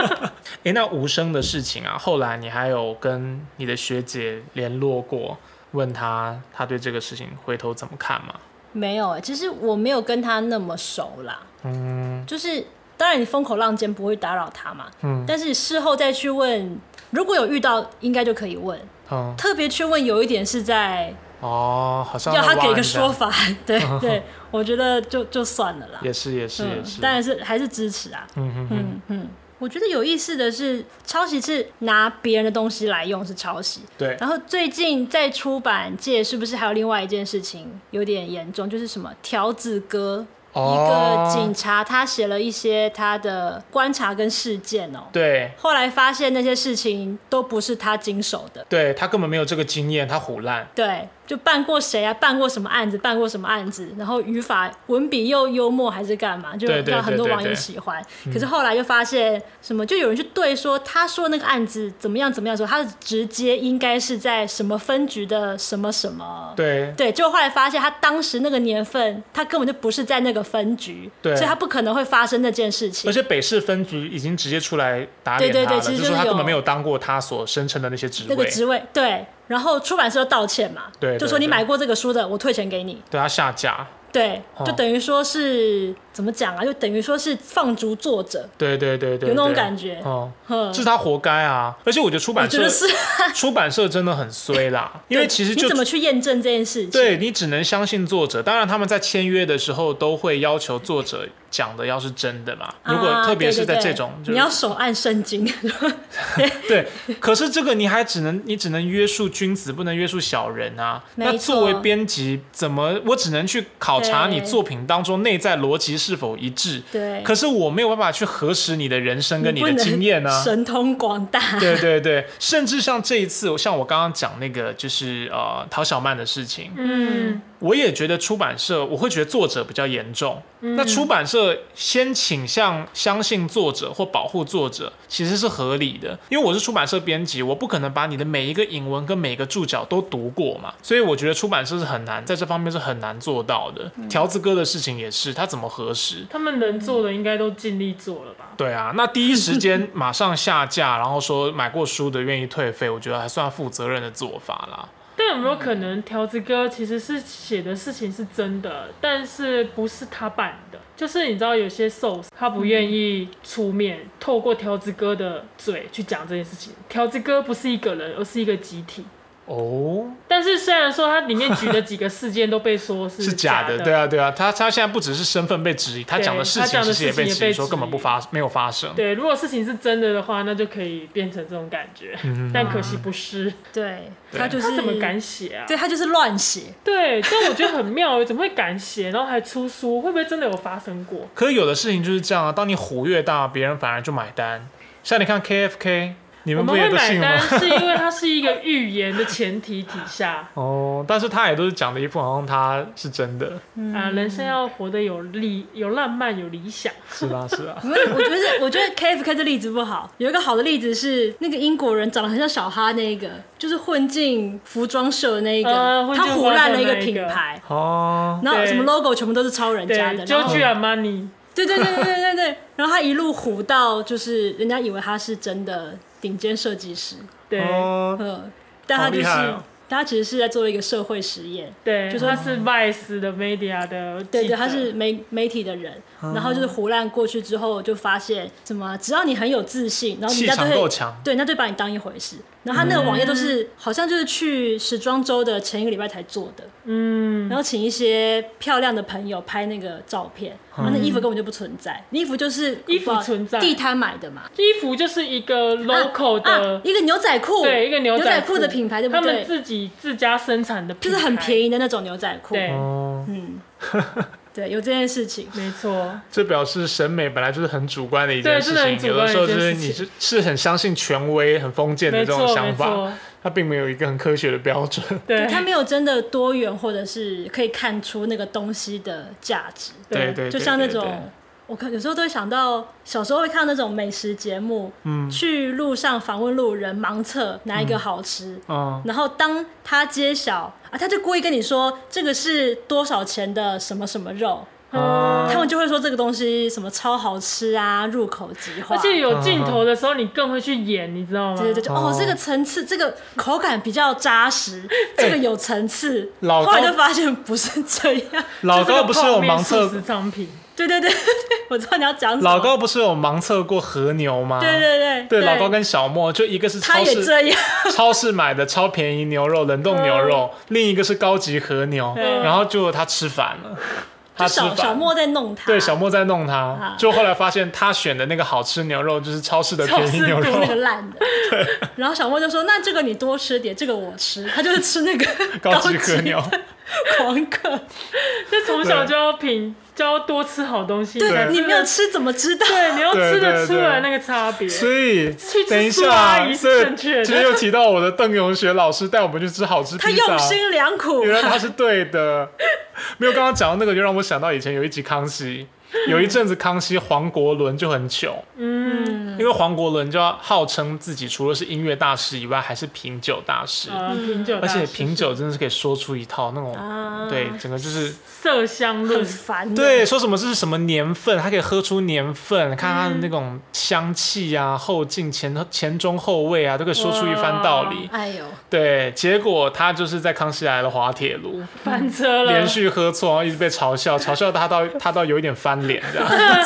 [SPEAKER 3] 诶，那无声的事情啊，后来你还有跟你的学姐联络过，问她她对这个事情回头怎么看吗？
[SPEAKER 4] 没有、欸，其实我没有跟他那么熟啦。
[SPEAKER 3] 嗯
[SPEAKER 4] 就是当然你风口浪尖不会打扰他嘛，
[SPEAKER 3] 嗯
[SPEAKER 4] 但是事后再去问，如果有遇到，应该就可以问。
[SPEAKER 3] 嗯
[SPEAKER 4] 特别去问有一点是在
[SPEAKER 3] 哦，好像
[SPEAKER 4] 要
[SPEAKER 3] 在
[SPEAKER 4] 他
[SPEAKER 3] 挖
[SPEAKER 4] 给
[SPEAKER 3] 人
[SPEAKER 4] 个
[SPEAKER 3] 家
[SPEAKER 4] 说，法， 对 对，我觉得就就算了啦。
[SPEAKER 3] 也是也是也
[SPEAKER 4] 嗯
[SPEAKER 3] 是，，
[SPEAKER 4] 当然是还是支持啊。
[SPEAKER 3] 嗯哼哼，
[SPEAKER 4] 嗯嗯，我觉得有意思的是，抄袭是拿别人的东西来用是抄袭。
[SPEAKER 3] 对，
[SPEAKER 4] 然后最近在出版界是不是还有另外一件事情有点严重，就是什么条子哥？
[SPEAKER 3] 哦
[SPEAKER 4] 一个警察，他写了一些他的观察跟事件哦。
[SPEAKER 3] 对，
[SPEAKER 4] 后来发现那些事情都不是他经手的，
[SPEAKER 3] 对他根本没有这个经验，他胡烂。
[SPEAKER 4] 对，就办过谁啊，办过什么案子，办过什么案子，然后语法文笔又幽默还是干嘛，就
[SPEAKER 3] 对对
[SPEAKER 4] 让很多
[SPEAKER 3] 对对
[SPEAKER 4] 网友
[SPEAKER 3] 对嗯
[SPEAKER 4] 喜欢。可是后来就发现什么，就有人去对说他说那个案子怎么样怎么样的时候，他的直接应该是在什么分局的什么什么。
[SPEAKER 3] 对
[SPEAKER 4] 对，结果后来发现他当时那个年份，他根本就不是在那个分局，
[SPEAKER 3] 对
[SPEAKER 4] 所以他不可能会发生那件事情
[SPEAKER 3] 而。且北市分局已经直接出来打脸他
[SPEAKER 4] 对
[SPEAKER 3] 了，
[SPEAKER 4] 对对其实
[SPEAKER 3] 就
[SPEAKER 4] 就是
[SPEAKER 3] 说他
[SPEAKER 4] 有
[SPEAKER 3] 根本没有当过他所声称的那些职
[SPEAKER 4] 那
[SPEAKER 3] 位，
[SPEAKER 4] 个职位对，然后出版社就道歉嘛，
[SPEAKER 3] 对对
[SPEAKER 4] 就说你
[SPEAKER 3] 对
[SPEAKER 4] 买过这个书的，我退钱给你，
[SPEAKER 3] 对他下架，
[SPEAKER 4] 对，
[SPEAKER 3] 哦
[SPEAKER 4] 就等于说是、怎么讲啊？就等于说是放逐作者，
[SPEAKER 3] 对对对对，
[SPEAKER 4] 有那种
[SPEAKER 3] 对
[SPEAKER 4] 感觉
[SPEAKER 3] 哦，
[SPEAKER 4] 哼，
[SPEAKER 3] 是他活该啊！而且我觉得出
[SPEAKER 4] 我
[SPEAKER 3] 版
[SPEAKER 4] 觉
[SPEAKER 3] 社
[SPEAKER 4] 得是，啊
[SPEAKER 3] 出版社真的很衰啦，因为其实
[SPEAKER 4] 你
[SPEAKER 3] 就
[SPEAKER 4] 怎么去验证这件事情？
[SPEAKER 3] 对你只能相信作者，当然他们在签约的时候都会要求作者讲的要是真的嘛。
[SPEAKER 4] 啊，
[SPEAKER 3] 如果特别是在
[SPEAKER 4] 对对
[SPEAKER 3] 这
[SPEAKER 4] 对
[SPEAKER 3] 种，就是
[SPEAKER 4] 你要手按圣经，
[SPEAKER 3] 对，可是这个你还只能你只能约束君子，不能约束小人啊。
[SPEAKER 4] 没
[SPEAKER 3] 那作为
[SPEAKER 4] 错
[SPEAKER 3] 编辑，怎么我只能去考察你
[SPEAKER 4] 对
[SPEAKER 3] 作品当中内在逻辑是否一致？
[SPEAKER 4] 对，
[SPEAKER 3] 可是我没有办法去核实你的人生跟你
[SPEAKER 4] 不
[SPEAKER 3] 的
[SPEAKER 4] 能
[SPEAKER 3] 经验啊。
[SPEAKER 4] 神通广大，
[SPEAKER 3] 对对对，甚至像这一次，像我刚刚讲那个，就是呃陶小曼的事情，
[SPEAKER 2] 嗯
[SPEAKER 3] 我也觉得出版社，我会觉得作者比较严重。那出版社先倾向相信作者或保护作者，其实是合理的，因为我是出版社编辑，我不可能把你的每一个引文跟每一个注脚都读过嘛，所以我觉得出版社是很难在这方面是很难做到的。条子哥的事情也是，他怎么核实？
[SPEAKER 2] 他们能做的应该都尽力做了吧？
[SPEAKER 3] 对啊，那第一时间马上下架，然后说买过书的愿意退费，我觉得还算负责任的做法啦。
[SPEAKER 2] 但有没有可能条子哥其实是写的事情是真的，但是不是他办的？就是你知道有些 source 他不愿意出面，透过条子哥的嘴去讲这件事情。条子哥不是一个人，而是一个集体。
[SPEAKER 3] 哦，
[SPEAKER 2] 但是虽然说它里面举的几个事件都被说是
[SPEAKER 3] 是
[SPEAKER 2] 假
[SPEAKER 3] 假的，对啊，对啊，他他现在不只是身份被质疑，他讲的事
[SPEAKER 2] 他
[SPEAKER 3] 情
[SPEAKER 2] 讲
[SPEAKER 3] 其
[SPEAKER 2] 的
[SPEAKER 3] 实也
[SPEAKER 2] 事情
[SPEAKER 3] 被
[SPEAKER 2] 也
[SPEAKER 3] 质疑，
[SPEAKER 2] 被
[SPEAKER 3] 说
[SPEAKER 2] 质
[SPEAKER 3] 根本不
[SPEAKER 2] 疑
[SPEAKER 3] 发没有发生。
[SPEAKER 2] 对，如果事情是真的的话，那就可以变成这种感觉。
[SPEAKER 3] 嗯
[SPEAKER 2] 但可惜不是，
[SPEAKER 4] 对
[SPEAKER 3] 对
[SPEAKER 4] 他就是
[SPEAKER 2] 他怎么敢写啊？
[SPEAKER 4] 对他就是乱写，
[SPEAKER 2] 对，但我觉得很妙，欸怎么会敢写，然后还出书？会不会真的有发生过？
[SPEAKER 3] 可是有的事情就是这样啊，当你虎越大，别人反而就买单。像你看 KFK，你
[SPEAKER 2] 我们
[SPEAKER 3] 们不也
[SPEAKER 2] 会
[SPEAKER 3] 都
[SPEAKER 2] 买
[SPEAKER 3] 信
[SPEAKER 2] 单，
[SPEAKER 3] 吗？
[SPEAKER 2] 是因为它是一个预言的前提底下
[SPEAKER 3] 哦，但是他也都是讲的一副好像他是真的，
[SPEAKER 4] 嗯
[SPEAKER 2] 啊，人生要活得有力、有浪漫、有理想。
[SPEAKER 3] 是吧？是吧？
[SPEAKER 4] 我我觉得，我觉得 KFK 这例子不好。有一个好的例子是那个英国人长得很像小哈那一个，就是混进服装秀的那一个，
[SPEAKER 2] 呃混进
[SPEAKER 4] 他胡乱了一个
[SPEAKER 2] 服装秀那一
[SPEAKER 4] 品
[SPEAKER 2] 个
[SPEAKER 4] 牌，
[SPEAKER 3] 哦，
[SPEAKER 4] 然后
[SPEAKER 2] 对
[SPEAKER 4] 什么 logo 全部都是超人家
[SPEAKER 2] 对
[SPEAKER 4] 的，
[SPEAKER 2] 就
[SPEAKER 4] 然后
[SPEAKER 2] 居然 money，
[SPEAKER 4] 对对对对对对对，然后他一路胡到就是人家以为他是真的顶尖设计师，
[SPEAKER 2] 对，
[SPEAKER 3] 哦，
[SPEAKER 4] 嗯，但
[SPEAKER 3] 好
[SPEAKER 4] 他就
[SPEAKER 3] 厉
[SPEAKER 4] 是
[SPEAKER 3] 害哦
[SPEAKER 4] 他其实是在做一个社会实验。
[SPEAKER 2] 对，
[SPEAKER 4] 就
[SPEAKER 2] 就
[SPEAKER 4] 说
[SPEAKER 2] 说他是 Vice 的 media 的记者，
[SPEAKER 4] 对对，他是媒媒体的人，
[SPEAKER 3] 啊
[SPEAKER 4] 然后就是胡乱过去之后，就发现什么，只要你很有自信，然后人
[SPEAKER 3] 气
[SPEAKER 4] 家
[SPEAKER 3] 场
[SPEAKER 4] 就
[SPEAKER 3] 够
[SPEAKER 4] 会
[SPEAKER 3] 强，嗯
[SPEAKER 4] 对，人家就把你当一回事。然后他那个网页都是、好像就是去时装周的前一个礼拜才做的，
[SPEAKER 2] 嗯，
[SPEAKER 4] 然后请一些漂亮的朋友拍那个照片，然后那衣服根本就不存在，那衣服就是
[SPEAKER 2] 衣服
[SPEAKER 4] 不知道
[SPEAKER 2] 存在
[SPEAKER 4] 地摊买的嘛
[SPEAKER 2] 衣服就是一个 local 的
[SPEAKER 4] 啊，一个牛仔裤，
[SPEAKER 2] 对，一个牛
[SPEAKER 4] 牛
[SPEAKER 2] 仔
[SPEAKER 4] 裤的品牌，对不
[SPEAKER 2] 他们
[SPEAKER 4] 对？
[SPEAKER 2] 自己自家生产的品牌，
[SPEAKER 4] 就是很
[SPEAKER 2] 宜。
[SPEAKER 4] 便宜的那种牛仔裤，
[SPEAKER 2] 对，
[SPEAKER 3] 哦，
[SPEAKER 4] 嗯，对，有这件事情。
[SPEAKER 2] 没错，
[SPEAKER 3] 这表示审美本来就是很主观的一件
[SPEAKER 2] 对
[SPEAKER 3] 事
[SPEAKER 2] 真的很
[SPEAKER 3] 情，有
[SPEAKER 2] 主
[SPEAKER 3] 的
[SPEAKER 2] 观
[SPEAKER 3] 时候就是
[SPEAKER 2] 的一件
[SPEAKER 3] 你
[SPEAKER 2] 事
[SPEAKER 3] 是
[SPEAKER 2] 情
[SPEAKER 3] 是很相信权威、很封建的
[SPEAKER 2] 没
[SPEAKER 3] 这种
[SPEAKER 2] 错，
[SPEAKER 3] 想
[SPEAKER 2] 没
[SPEAKER 3] 法，
[SPEAKER 2] 错，
[SPEAKER 3] 它并没有一个很科学的标准。
[SPEAKER 2] 对，
[SPEAKER 4] 他没有真的多元，或者是可以看出那个东西的价值。
[SPEAKER 3] 对对，
[SPEAKER 4] 就像那
[SPEAKER 3] 对对对
[SPEAKER 4] 种，我看有时候都会想到，小时候会看那种美食节目，
[SPEAKER 3] 嗯
[SPEAKER 4] 去路上访问路人，盲测哪一个好吃。
[SPEAKER 3] 嗯，
[SPEAKER 4] 然后当他揭晓啊，他就故意跟你说这个是多少钱的什么什么肉，
[SPEAKER 2] 嗯
[SPEAKER 4] 他们就会说这个东西什么超好吃啊，入口即化。
[SPEAKER 2] 而且有镜头的时候，你更会去演，你知道吗？
[SPEAKER 4] 嗯对对对，就哦，这个层次，这个口感比较扎实，这个有层次。
[SPEAKER 3] 哎老
[SPEAKER 4] 后来
[SPEAKER 3] 高
[SPEAKER 4] 就发现不是这样。
[SPEAKER 3] 老
[SPEAKER 2] 这个
[SPEAKER 3] 高不是有
[SPEAKER 2] 泡面
[SPEAKER 3] 盲测
[SPEAKER 2] 速食商 品，
[SPEAKER 4] 对对对， 对我知道你要讲什么。
[SPEAKER 3] 老高不是有盲测过和牛吗？
[SPEAKER 4] 对对对
[SPEAKER 3] 对老高跟小莫就一个是
[SPEAKER 4] 他
[SPEAKER 3] 超
[SPEAKER 4] 也
[SPEAKER 3] 市
[SPEAKER 4] 这样，
[SPEAKER 3] 超市买的超便宜牛肉冷冻牛肉，另一个是高级和牛，
[SPEAKER 4] 对
[SPEAKER 3] 然后结果他吃反了，他
[SPEAKER 4] 就
[SPEAKER 3] 吃
[SPEAKER 4] 小
[SPEAKER 3] 反
[SPEAKER 4] 小
[SPEAKER 3] 了。
[SPEAKER 4] 莫在弄他。
[SPEAKER 2] 啊
[SPEAKER 3] 对，小莫在弄他
[SPEAKER 4] 啊，
[SPEAKER 3] 就后来发现他选的那个好吃牛肉就是超市的便宜牛
[SPEAKER 4] 就
[SPEAKER 3] 肉
[SPEAKER 4] 是那，个烂的。然后小莫就说：“那这个你多吃点，这个我吃。”他就是吃那个
[SPEAKER 3] 高级
[SPEAKER 4] 级
[SPEAKER 3] 和牛，
[SPEAKER 4] 狂客。
[SPEAKER 2] 就从小就要品，就要多吃好东西。
[SPEAKER 3] 对
[SPEAKER 4] 你没有吃怎么知道？
[SPEAKER 2] 对，你要
[SPEAKER 3] 对
[SPEAKER 2] 吃
[SPEAKER 3] 对
[SPEAKER 2] 得出来
[SPEAKER 3] 对
[SPEAKER 2] 那个差别。
[SPEAKER 3] 所以
[SPEAKER 2] 去吃
[SPEAKER 3] 等一
[SPEAKER 2] 苏阿
[SPEAKER 3] 下，
[SPEAKER 2] 姨是
[SPEAKER 3] 所以
[SPEAKER 2] 正确的
[SPEAKER 3] 今天又提到我的邓永学老师带我们去吃好吃
[SPEAKER 4] 他
[SPEAKER 3] 披萨
[SPEAKER 4] 用，心良苦。
[SPEAKER 3] 原来他是对的。没有，刚刚讲到那个，就让我想到以前有一集《康熙》，有一阵子康熙黄国伦就很穷，
[SPEAKER 2] 嗯，
[SPEAKER 3] 因为黄国伦就要号称自己除了是音乐大师以外，还是品酒大师，
[SPEAKER 2] 呃，品酒
[SPEAKER 3] 而
[SPEAKER 2] 大师，
[SPEAKER 3] 且品酒真的是可以说出一套那种，
[SPEAKER 4] 啊
[SPEAKER 3] 对，整个就是
[SPEAKER 2] 麝香
[SPEAKER 4] 很
[SPEAKER 2] 论，
[SPEAKER 4] 烦。
[SPEAKER 3] 对，，说什么这是什么年份，他可以喝出年份，看他的那种香气啊、后劲、前前中后味啊，都可以说出一番道理。
[SPEAKER 4] 哎呦，
[SPEAKER 3] 对，结果他就是在《康熙来了》滑铁卢，
[SPEAKER 2] 翻车了，
[SPEAKER 3] 连续喝错，然后一直被嘲笑，嘲笑他到 他到有一点翻脸这样。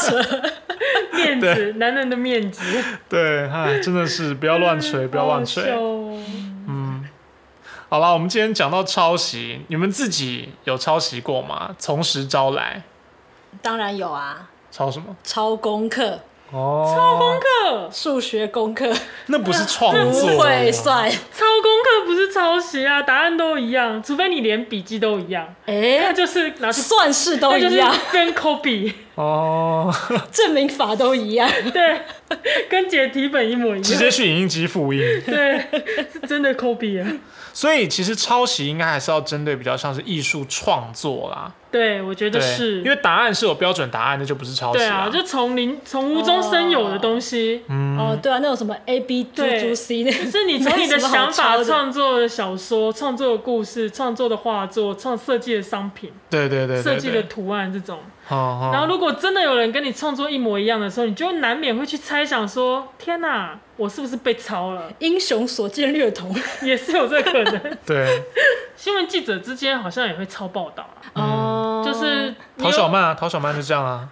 [SPEAKER 2] 面子，男人的面子，
[SPEAKER 3] 对，哎，真的是不要乱吹，不要乱
[SPEAKER 2] 好好笑
[SPEAKER 3] 吹。
[SPEAKER 2] 哦
[SPEAKER 3] 好了，我们今天讲到抄袭，你们自己有抄袭过吗？从实招来，
[SPEAKER 4] 当然有啊，
[SPEAKER 3] 抄什么？
[SPEAKER 4] 抄功课、
[SPEAKER 3] 哦，抄功课
[SPEAKER 2] 课
[SPEAKER 4] 数学功课
[SPEAKER 3] 那不是创
[SPEAKER 4] 不
[SPEAKER 3] 作，
[SPEAKER 4] 会算。
[SPEAKER 2] 抄功课不是抄袭啊，答案都一样，除非你连笔记都一样，那
[SPEAKER 4] 哎，
[SPEAKER 2] 就是拿去。
[SPEAKER 4] 算式 都
[SPEAKER 2] 那就是
[SPEAKER 4] 一样，
[SPEAKER 2] 跟 copy
[SPEAKER 3] 哦。
[SPEAKER 4] 证明法都一样。
[SPEAKER 2] 对，跟解题本一模一
[SPEAKER 3] 直接
[SPEAKER 2] 样，
[SPEAKER 3] 去影印机复印。
[SPEAKER 2] 对，是真的 copy 啊。
[SPEAKER 3] 所以其实抄袭应该还是要针对比较像是艺术创作啦，
[SPEAKER 2] 对，我觉得
[SPEAKER 3] 对，
[SPEAKER 2] 是，
[SPEAKER 3] 因为答案是有标准答案，那就不是抄袭
[SPEAKER 2] 对
[SPEAKER 3] 啦
[SPEAKER 2] 啊，就从零从无中生有的东西，
[SPEAKER 3] 嗯
[SPEAKER 4] 哦，对啊，那种什么 A B 猪
[SPEAKER 2] 对
[SPEAKER 4] 猪 C 那
[SPEAKER 2] 是你从你的想法
[SPEAKER 4] 没什么好抄
[SPEAKER 2] 创作的小说、创作的故事、创作的画作、创设计的商品、
[SPEAKER 3] 对对对
[SPEAKER 2] 设
[SPEAKER 3] 对
[SPEAKER 2] 计的
[SPEAKER 3] 对。
[SPEAKER 2] 图案这种。
[SPEAKER 3] 然
[SPEAKER 2] 然后，如果真的有人跟你创作一模一样的时候，你就难免会去猜想说：天哪、我是不是被抄了？
[SPEAKER 4] 英雄所见略同。
[SPEAKER 2] 也是有这可能。
[SPEAKER 3] 对
[SPEAKER 2] 新闻记者之间好像也会抄报道啊、
[SPEAKER 4] 哦，
[SPEAKER 2] 就是你
[SPEAKER 3] 陶
[SPEAKER 2] 有
[SPEAKER 3] 小曼啊，陶小曼就这样啊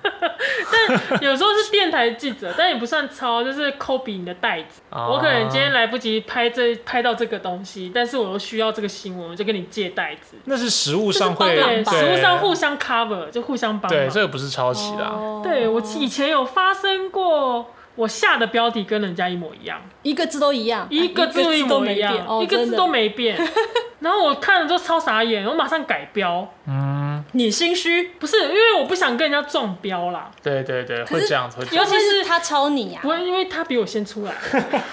[SPEAKER 2] 有时候是电台记者，但也不算抄，就是 copy 你的袋子。
[SPEAKER 3] 啊。
[SPEAKER 2] 我可能今天来不及拍这拍到这个东西，但是我又需要这个新闻，我就跟你借袋子。
[SPEAKER 3] 那是实物上会
[SPEAKER 4] 这是帮
[SPEAKER 2] 对，
[SPEAKER 4] 忙吧
[SPEAKER 2] 食物上互
[SPEAKER 3] 对
[SPEAKER 2] 相 cover 就互相帮
[SPEAKER 3] 对，
[SPEAKER 2] 忙。
[SPEAKER 3] 这个不是抄袭啦。
[SPEAKER 4] 哦
[SPEAKER 2] 对我以前有发生过，我下的标题跟人家一模一样，
[SPEAKER 4] 一个字都一样，啊
[SPEAKER 2] 一个字一模
[SPEAKER 4] 没
[SPEAKER 2] 一样
[SPEAKER 4] 变，哦，
[SPEAKER 2] 一个字
[SPEAKER 4] 真
[SPEAKER 2] 都
[SPEAKER 4] 的。
[SPEAKER 2] 没变。 然后我看了之后超傻眼，我马上改标，
[SPEAKER 3] 嗯，
[SPEAKER 4] 你心虚，
[SPEAKER 2] 不是因为我不想跟人家撞标啦，
[SPEAKER 3] 对对对，
[SPEAKER 4] 可
[SPEAKER 3] 会
[SPEAKER 4] 是
[SPEAKER 3] 这样子，会这
[SPEAKER 2] 尤
[SPEAKER 3] 样。
[SPEAKER 2] 其是
[SPEAKER 4] 会不会他抄你啊呀
[SPEAKER 2] 不，会因为他比我先出来，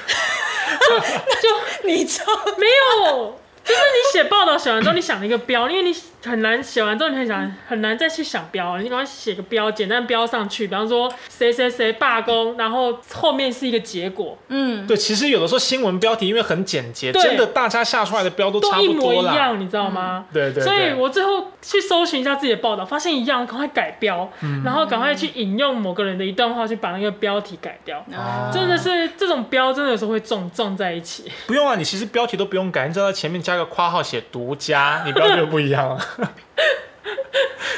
[SPEAKER 2] 就就
[SPEAKER 4] 你抄
[SPEAKER 2] 没有，就是你写报道写完之后，你想了一个标，因为你很难写完之后，你很想很难再去想标，你赶快写个标，简单标上去，比方说谁谁谁罢工，然后后面是一个结果，
[SPEAKER 4] 嗯，
[SPEAKER 3] 对，其实有的时候新闻标题因为很简洁，
[SPEAKER 2] 对
[SPEAKER 3] 真的大家下出来的标都差
[SPEAKER 2] 都一
[SPEAKER 3] 不
[SPEAKER 2] 模
[SPEAKER 3] 多
[SPEAKER 2] 一
[SPEAKER 3] 啦。嗯
[SPEAKER 2] 样，你知道吗？
[SPEAKER 3] 对对对。
[SPEAKER 2] 所以我最后去搜寻一下自己的报道，发现一样，赶快改标，
[SPEAKER 3] 嗯
[SPEAKER 2] 然后赶快去引用某个人的一段话去把那个标题改掉。
[SPEAKER 3] 啊
[SPEAKER 2] 真的是这种标，真的有时候会撞撞在一起。
[SPEAKER 3] 不用啊，你其实标题都不用改，你只要在前面加加个括号写独家，你标准不一样啊。哎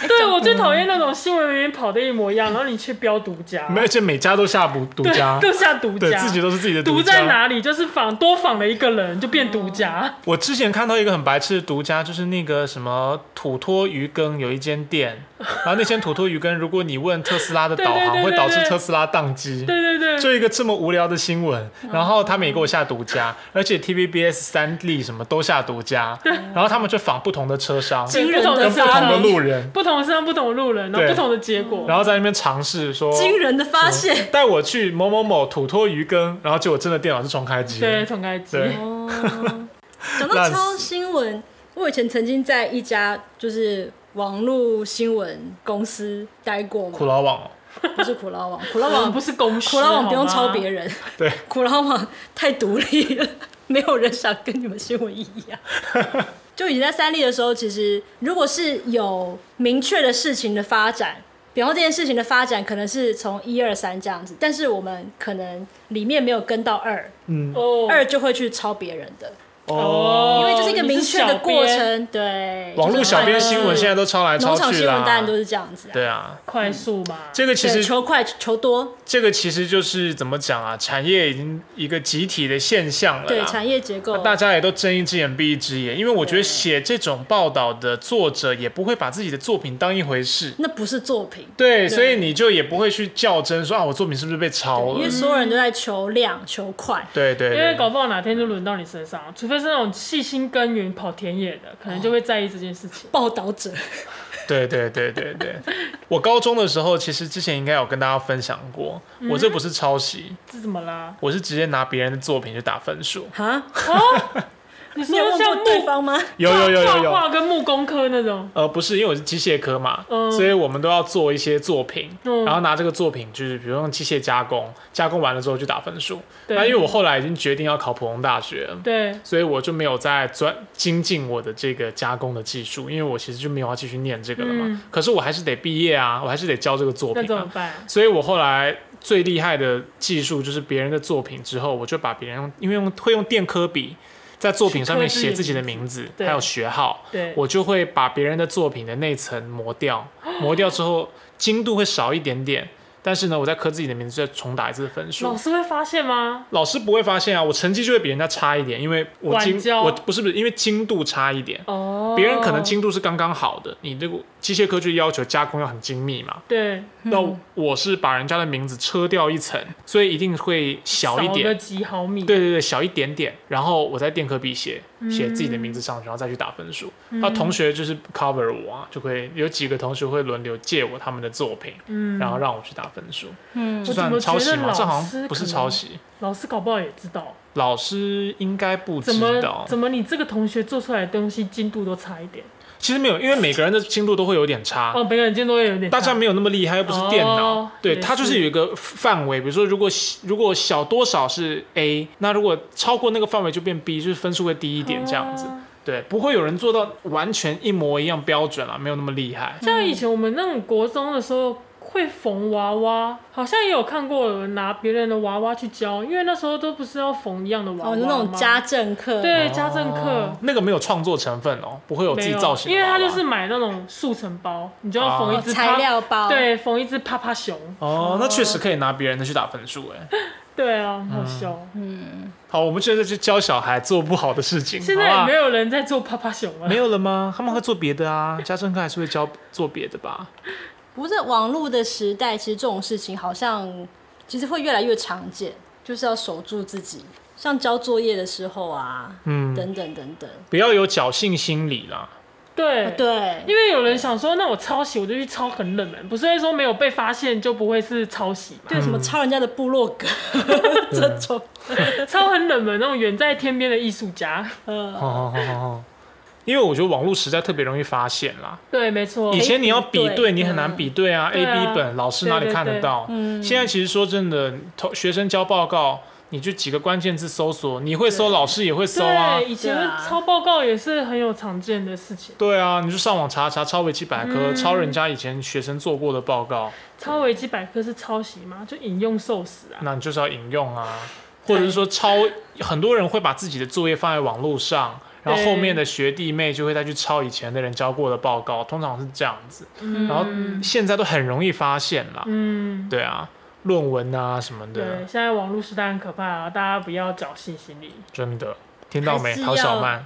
[SPEAKER 2] 对我最讨厌那种新闻明明跑的一模一样，然后你却标独家，
[SPEAKER 3] 而且每家都下独独家
[SPEAKER 2] 对，，都下独
[SPEAKER 3] 对
[SPEAKER 2] 家，
[SPEAKER 3] 自己都是自己的
[SPEAKER 2] 独
[SPEAKER 3] 家。
[SPEAKER 2] 在哪里？就是仿多仿了一个人就变
[SPEAKER 4] 哦
[SPEAKER 2] 独家，
[SPEAKER 3] 我之前看到一个很白痴的独家，就是那个什么土托鱼羹有一间店，然后那间土托鱼羹，如果你问特斯拉的导
[SPEAKER 2] 对对
[SPEAKER 3] 航，
[SPEAKER 2] 对对
[SPEAKER 3] 会导致
[SPEAKER 2] 对
[SPEAKER 3] 特斯拉宕机。
[SPEAKER 2] 对嗯对对，
[SPEAKER 3] 就一个这么无聊的新闻，然后他们也给我下独家，而且 TVBS 三立什么都下独家，然后他们就仿不同的车商，
[SPEAKER 2] 对
[SPEAKER 4] 惊人
[SPEAKER 2] 不同
[SPEAKER 4] 的
[SPEAKER 2] 的
[SPEAKER 3] 跟不同的
[SPEAKER 2] 商
[SPEAKER 3] 路人，
[SPEAKER 2] 不同的商不同的路人，然
[SPEAKER 3] 对
[SPEAKER 2] 后不同的结果，
[SPEAKER 3] 然后在那边尝试说
[SPEAKER 4] 惊人的发现。
[SPEAKER 3] 带我去某某某土托鱼羹，然后结果真的电脑是重开机了，
[SPEAKER 2] 对，重开机，
[SPEAKER 3] 对
[SPEAKER 4] 哦，讲到
[SPEAKER 3] 烂
[SPEAKER 4] 超新闻，我以前曾经在一家就是网络新闻公司待过
[SPEAKER 3] 苦
[SPEAKER 4] 嘛，
[SPEAKER 3] 劳网哦，
[SPEAKER 4] 不是苦劳网，苦劳
[SPEAKER 2] 我们
[SPEAKER 4] 网
[SPEAKER 2] 嗯不是公司，
[SPEAKER 4] 苦劳网不用
[SPEAKER 2] 好
[SPEAKER 4] 抄
[SPEAKER 2] 吗
[SPEAKER 4] 别人，
[SPEAKER 3] 对，
[SPEAKER 4] 苦劳网太独立了，没有人想跟你们新闻一样。就以前在三立的时候，其实如果是有明确的事情的发展，比方说这件事情的发展可能是从一二三这样子，但是我们可能里面没有跟到二，
[SPEAKER 3] 嗯，
[SPEAKER 2] 哦，
[SPEAKER 4] 二就会去抄别人的，
[SPEAKER 2] 哦
[SPEAKER 4] 因为就是一个明确的过
[SPEAKER 2] 你是小
[SPEAKER 4] 程。对，
[SPEAKER 3] 网络小编新闻现在都抄来
[SPEAKER 4] 嗯农
[SPEAKER 3] 抄
[SPEAKER 4] 场
[SPEAKER 3] 去
[SPEAKER 4] 新闻当然都
[SPEAKER 3] 啦。
[SPEAKER 4] 是这样子、啊。
[SPEAKER 3] 对啊，
[SPEAKER 2] 快速嘛，
[SPEAKER 3] 这个其
[SPEAKER 4] 对
[SPEAKER 3] 实
[SPEAKER 4] 求快求多，
[SPEAKER 3] 这个其实就是怎么讲啊，产业已经一个集体的现象了
[SPEAKER 4] 对
[SPEAKER 3] 啦。
[SPEAKER 4] 产业结构，
[SPEAKER 3] 大家也都睁一只眼闭一只眼，因为我觉得写这种报道的作者也不会把自己的作品当一回事，
[SPEAKER 4] 那不是作品。
[SPEAKER 3] 对，所以你就也不会去较真说啊，我作品是不是被抄
[SPEAKER 4] 对因为
[SPEAKER 3] 了？
[SPEAKER 4] 所有人都在求量、求快，
[SPEAKER 3] 对对
[SPEAKER 2] 因为
[SPEAKER 3] 对，
[SPEAKER 2] 搞不好哪天就轮到你身上，除非是那种细心耕耘、跑田野的，可能就会在意这件事情。
[SPEAKER 4] 报道者
[SPEAKER 3] 对对对对对。我高中的时候，其实之前应该有跟大家分享过，我
[SPEAKER 4] 嗯
[SPEAKER 3] 这不是抄袭，
[SPEAKER 2] 这怎么啦？
[SPEAKER 3] 我是直接拿别人的作品去打分数。
[SPEAKER 4] 啊，
[SPEAKER 2] 你
[SPEAKER 4] 你有
[SPEAKER 2] 说
[SPEAKER 4] 问
[SPEAKER 2] 像
[SPEAKER 4] 过
[SPEAKER 2] 木
[SPEAKER 4] 对方吗？
[SPEAKER 3] 有有有有
[SPEAKER 2] 画
[SPEAKER 3] 有。
[SPEAKER 2] 画跟木工科那种，
[SPEAKER 3] 呃，不是，因为我是机械科嘛，
[SPEAKER 2] 嗯
[SPEAKER 3] 所以我们都要做一些作品，
[SPEAKER 2] 嗯
[SPEAKER 3] 然后拿这个作品，就是比如用机械加工，加工完了之后去打分数。
[SPEAKER 2] 对
[SPEAKER 3] 那因为我后来已经决定要考普通大学了，
[SPEAKER 2] 对，
[SPEAKER 3] 所以我就没有再专精进我的这个加工的技术，因为我其实就没有要继续念这个了嘛。
[SPEAKER 2] 嗯
[SPEAKER 3] 可是我还是得毕业啊，我还是得交这个作
[SPEAKER 2] 那
[SPEAKER 3] 品、
[SPEAKER 2] 怎么
[SPEAKER 3] 啊。
[SPEAKER 2] 办？
[SPEAKER 3] 所以我后来最厉害的技术就是别人的作品之后，我就把别人用，因为用会用电科笔在作品上面写自己的名字，
[SPEAKER 2] 对
[SPEAKER 3] 还有学号，
[SPEAKER 2] 对，
[SPEAKER 3] 我就会把别人的作品的内层磨 掉，磨掉之后精度会少一点点，但是呢，我再刻自己的名字，再重打一次分数。
[SPEAKER 2] 老师会发现吗？
[SPEAKER 3] 老师不会发现啊，我成绩就会比人家差一点，因为我
[SPEAKER 2] 晚
[SPEAKER 3] 精
[SPEAKER 2] 交
[SPEAKER 3] 我不是不是，因为精度差一点，
[SPEAKER 2] 哦，
[SPEAKER 3] 别人可能精度是刚刚好的，你这个机械科就要求加工要很精密嘛。
[SPEAKER 2] 对
[SPEAKER 3] 那我是把人家的名字车掉一层，所以一定会小一
[SPEAKER 2] 少个
[SPEAKER 3] 点，
[SPEAKER 2] 几毫米，
[SPEAKER 3] 对对对，小一点点。然后我在电科笔写
[SPEAKER 2] 嗯
[SPEAKER 3] 写自己的名字上去，然后再去打分数。那同学就是 cover 我啊，就会有几个同学会轮流借我他们的作品，
[SPEAKER 2] 嗯，
[SPEAKER 3] 然后让我去打分数，
[SPEAKER 4] 嗯
[SPEAKER 3] 这
[SPEAKER 2] 我怎么
[SPEAKER 3] 算抄袭
[SPEAKER 2] 觉得
[SPEAKER 3] 吗？
[SPEAKER 2] 老
[SPEAKER 3] 这好
[SPEAKER 2] 师
[SPEAKER 3] 像不是
[SPEAKER 2] 可能
[SPEAKER 3] 抄袭。
[SPEAKER 2] 老师搞不好也知道，
[SPEAKER 3] 老师应该不
[SPEAKER 2] 怎
[SPEAKER 3] 知
[SPEAKER 2] 么
[SPEAKER 3] 道
[SPEAKER 2] 怎，么你这个同学做出来的东西精度都差一点，
[SPEAKER 3] 其实没有，因为每个人的精度都会有点差，
[SPEAKER 2] 哦，每个人精度会有点差，
[SPEAKER 3] 啊大家没有那么厉害，又不是电脑，
[SPEAKER 2] 哦
[SPEAKER 3] 对，
[SPEAKER 2] 也
[SPEAKER 3] 它就是
[SPEAKER 2] 是
[SPEAKER 3] 有一个范围，比如说如果如果小多少是 A，那如果超过那个范围就变 B，就是分数会低一点这样子，嗯
[SPEAKER 2] 哦
[SPEAKER 3] 对，不会有人做到完全一模一样标准啊，没有那么厉害，
[SPEAKER 2] 像以前我们那种国中的时候。会缝娃娃，好像也有看过有人拿别人的娃娃去教，因为那时候都不是要缝一样的娃娃
[SPEAKER 4] 哦，
[SPEAKER 2] 吗？
[SPEAKER 4] 那种家政课，
[SPEAKER 2] 对家政课
[SPEAKER 3] 哦，那个没有创作成分哦，不会有自
[SPEAKER 2] 没
[SPEAKER 3] 己
[SPEAKER 2] 有，
[SPEAKER 3] 造型
[SPEAKER 2] 因
[SPEAKER 3] 的
[SPEAKER 2] 为
[SPEAKER 3] 娃娃，
[SPEAKER 2] 他就是买那种速成包，你就要缝
[SPEAKER 3] 哦
[SPEAKER 2] 一
[SPEAKER 4] 哦
[SPEAKER 2] 只
[SPEAKER 4] 材
[SPEAKER 2] 啪
[SPEAKER 4] 料包，，
[SPEAKER 2] 对，缝一只啪啪熊，
[SPEAKER 3] 哦，那确实可以拿别人的去打分数哎。
[SPEAKER 2] 对啊，很好笑。
[SPEAKER 3] 嗯好，我们现在去教小孩做不好的事情，
[SPEAKER 2] 现
[SPEAKER 3] 好
[SPEAKER 2] 在
[SPEAKER 3] 吧
[SPEAKER 2] 也没有人在做啪啪熊了
[SPEAKER 3] 没，有了吗？他们会做别的啊，家政课还是会教做别的吧？
[SPEAKER 4] 不是网络的时代，其实这种事情好像其实会越来越常见，就是要守住自己，像交作业的时候啊，
[SPEAKER 3] 嗯，
[SPEAKER 4] 等等等等，
[SPEAKER 3] 不要有侥幸心理啦。
[SPEAKER 2] 对
[SPEAKER 4] 啊。对，
[SPEAKER 2] 因为有人想说，那我抄袭我就去抄很冷门，不是会说没有被发现就不会是抄袭 嘛？
[SPEAKER 4] 对什么抄人家的部落格这种，
[SPEAKER 2] 抄很冷门那种远在天边的艺术家，
[SPEAKER 4] 呃，
[SPEAKER 3] 哦哦哦哦，因为我觉得网络时代特别容易发现啦。
[SPEAKER 2] 对，没错
[SPEAKER 3] 以，前你要比
[SPEAKER 4] 比
[SPEAKER 3] 对，
[SPEAKER 4] 对
[SPEAKER 3] 你很难比对啊，A
[SPEAKER 2] 哦哎对啊
[SPEAKER 3] B 本老师哪里看得到？现在其实说真的，同学生交报告，你就几个关键字搜索，你会搜，老师也会搜啊
[SPEAKER 2] 对，。以前
[SPEAKER 4] 对啊
[SPEAKER 2] 抄报告也是很有常见的事情，
[SPEAKER 3] 对啊，你就上网查查，抄维基百科，
[SPEAKER 2] 嗯
[SPEAKER 3] 抄人家以前学生做过的报告，
[SPEAKER 2] 抄维基百科是抄袭吗？就引用受死啊，
[SPEAKER 3] 那你就是要引用啊，或者是说抄，很多人会把自己的作业放在网络上，然后后面的学弟妹就会再去抄以前的人交过的报告，通常是这样子。
[SPEAKER 2] 嗯
[SPEAKER 3] 然后现在都很容易发现啦，
[SPEAKER 2] 嗯，
[SPEAKER 3] 对啊，论文啊什么
[SPEAKER 2] 对，
[SPEAKER 3] 的，
[SPEAKER 2] 现在网络时代很可怕啊，大家不要侥幸心理。
[SPEAKER 3] 真的听到没
[SPEAKER 4] 还，是
[SPEAKER 3] 陶小
[SPEAKER 4] 要
[SPEAKER 3] 曼？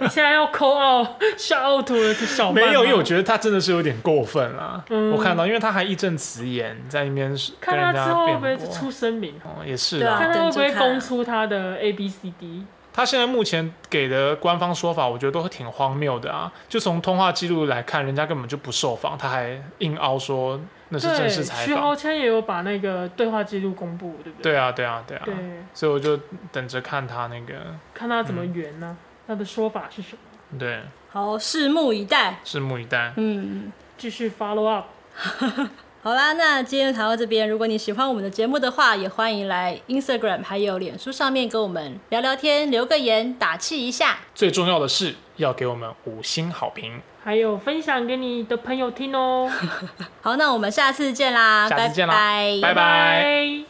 [SPEAKER 2] 你现在要扣 out 下 out 了，小
[SPEAKER 3] 没
[SPEAKER 2] 曼
[SPEAKER 3] 有，
[SPEAKER 2] 吗
[SPEAKER 3] 因为我觉得他真的是有点过分啦。
[SPEAKER 2] 嗯
[SPEAKER 3] 我看到，因为他还义正辞严在那边是跟
[SPEAKER 2] 看
[SPEAKER 3] 人
[SPEAKER 2] 他之后
[SPEAKER 3] 家
[SPEAKER 2] 会不
[SPEAKER 3] 辩
[SPEAKER 2] 会
[SPEAKER 3] 驳，
[SPEAKER 2] 出声明，
[SPEAKER 3] 哦也是
[SPEAKER 4] 对啊
[SPEAKER 2] 看
[SPEAKER 3] 啦。
[SPEAKER 2] 他会不
[SPEAKER 4] 等
[SPEAKER 2] 会
[SPEAKER 4] 着看啊
[SPEAKER 2] 供出他的 A B C D。
[SPEAKER 3] 他现在目前给的官方说法，我觉得都挺荒谬的啊。就从通话记录来看，人家根本就不受访，他还硬凹说那是
[SPEAKER 2] 对，
[SPEAKER 3] 正式采
[SPEAKER 2] 徐
[SPEAKER 3] 访
[SPEAKER 2] 濠。谦也有把那个对话记录公布，对不对？
[SPEAKER 3] 对啊，对啊，对啊。
[SPEAKER 2] 对，
[SPEAKER 3] 所以我就等着看他那个，
[SPEAKER 2] 看他怎
[SPEAKER 3] 嗯
[SPEAKER 2] 么圆呢、他的说法是什么？
[SPEAKER 3] 对，
[SPEAKER 4] 好，拭目以待。
[SPEAKER 3] 拭目以待。
[SPEAKER 4] 嗯，
[SPEAKER 2] 继续 follow up。
[SPEAKER 4] 好啦，那今天就谈到这边。如果你喜欢我们的节目的话，也欢迎来 Instagram 还有脸书上面跟我们聊聊天，留个言，打气一下。
[SPEAKER 3] 最重要的是要给我们五星好评，
[SPEAKER 2] 还有分享给你的朋友听哦，
[SPEAKER 4] 好，那我们下次见啦，
[SPEAKER 3] 下次见啦，
[SPEAKER 4] 拜
[SPEAKER 3] 拜拜
[SPEAKER 2] 拜。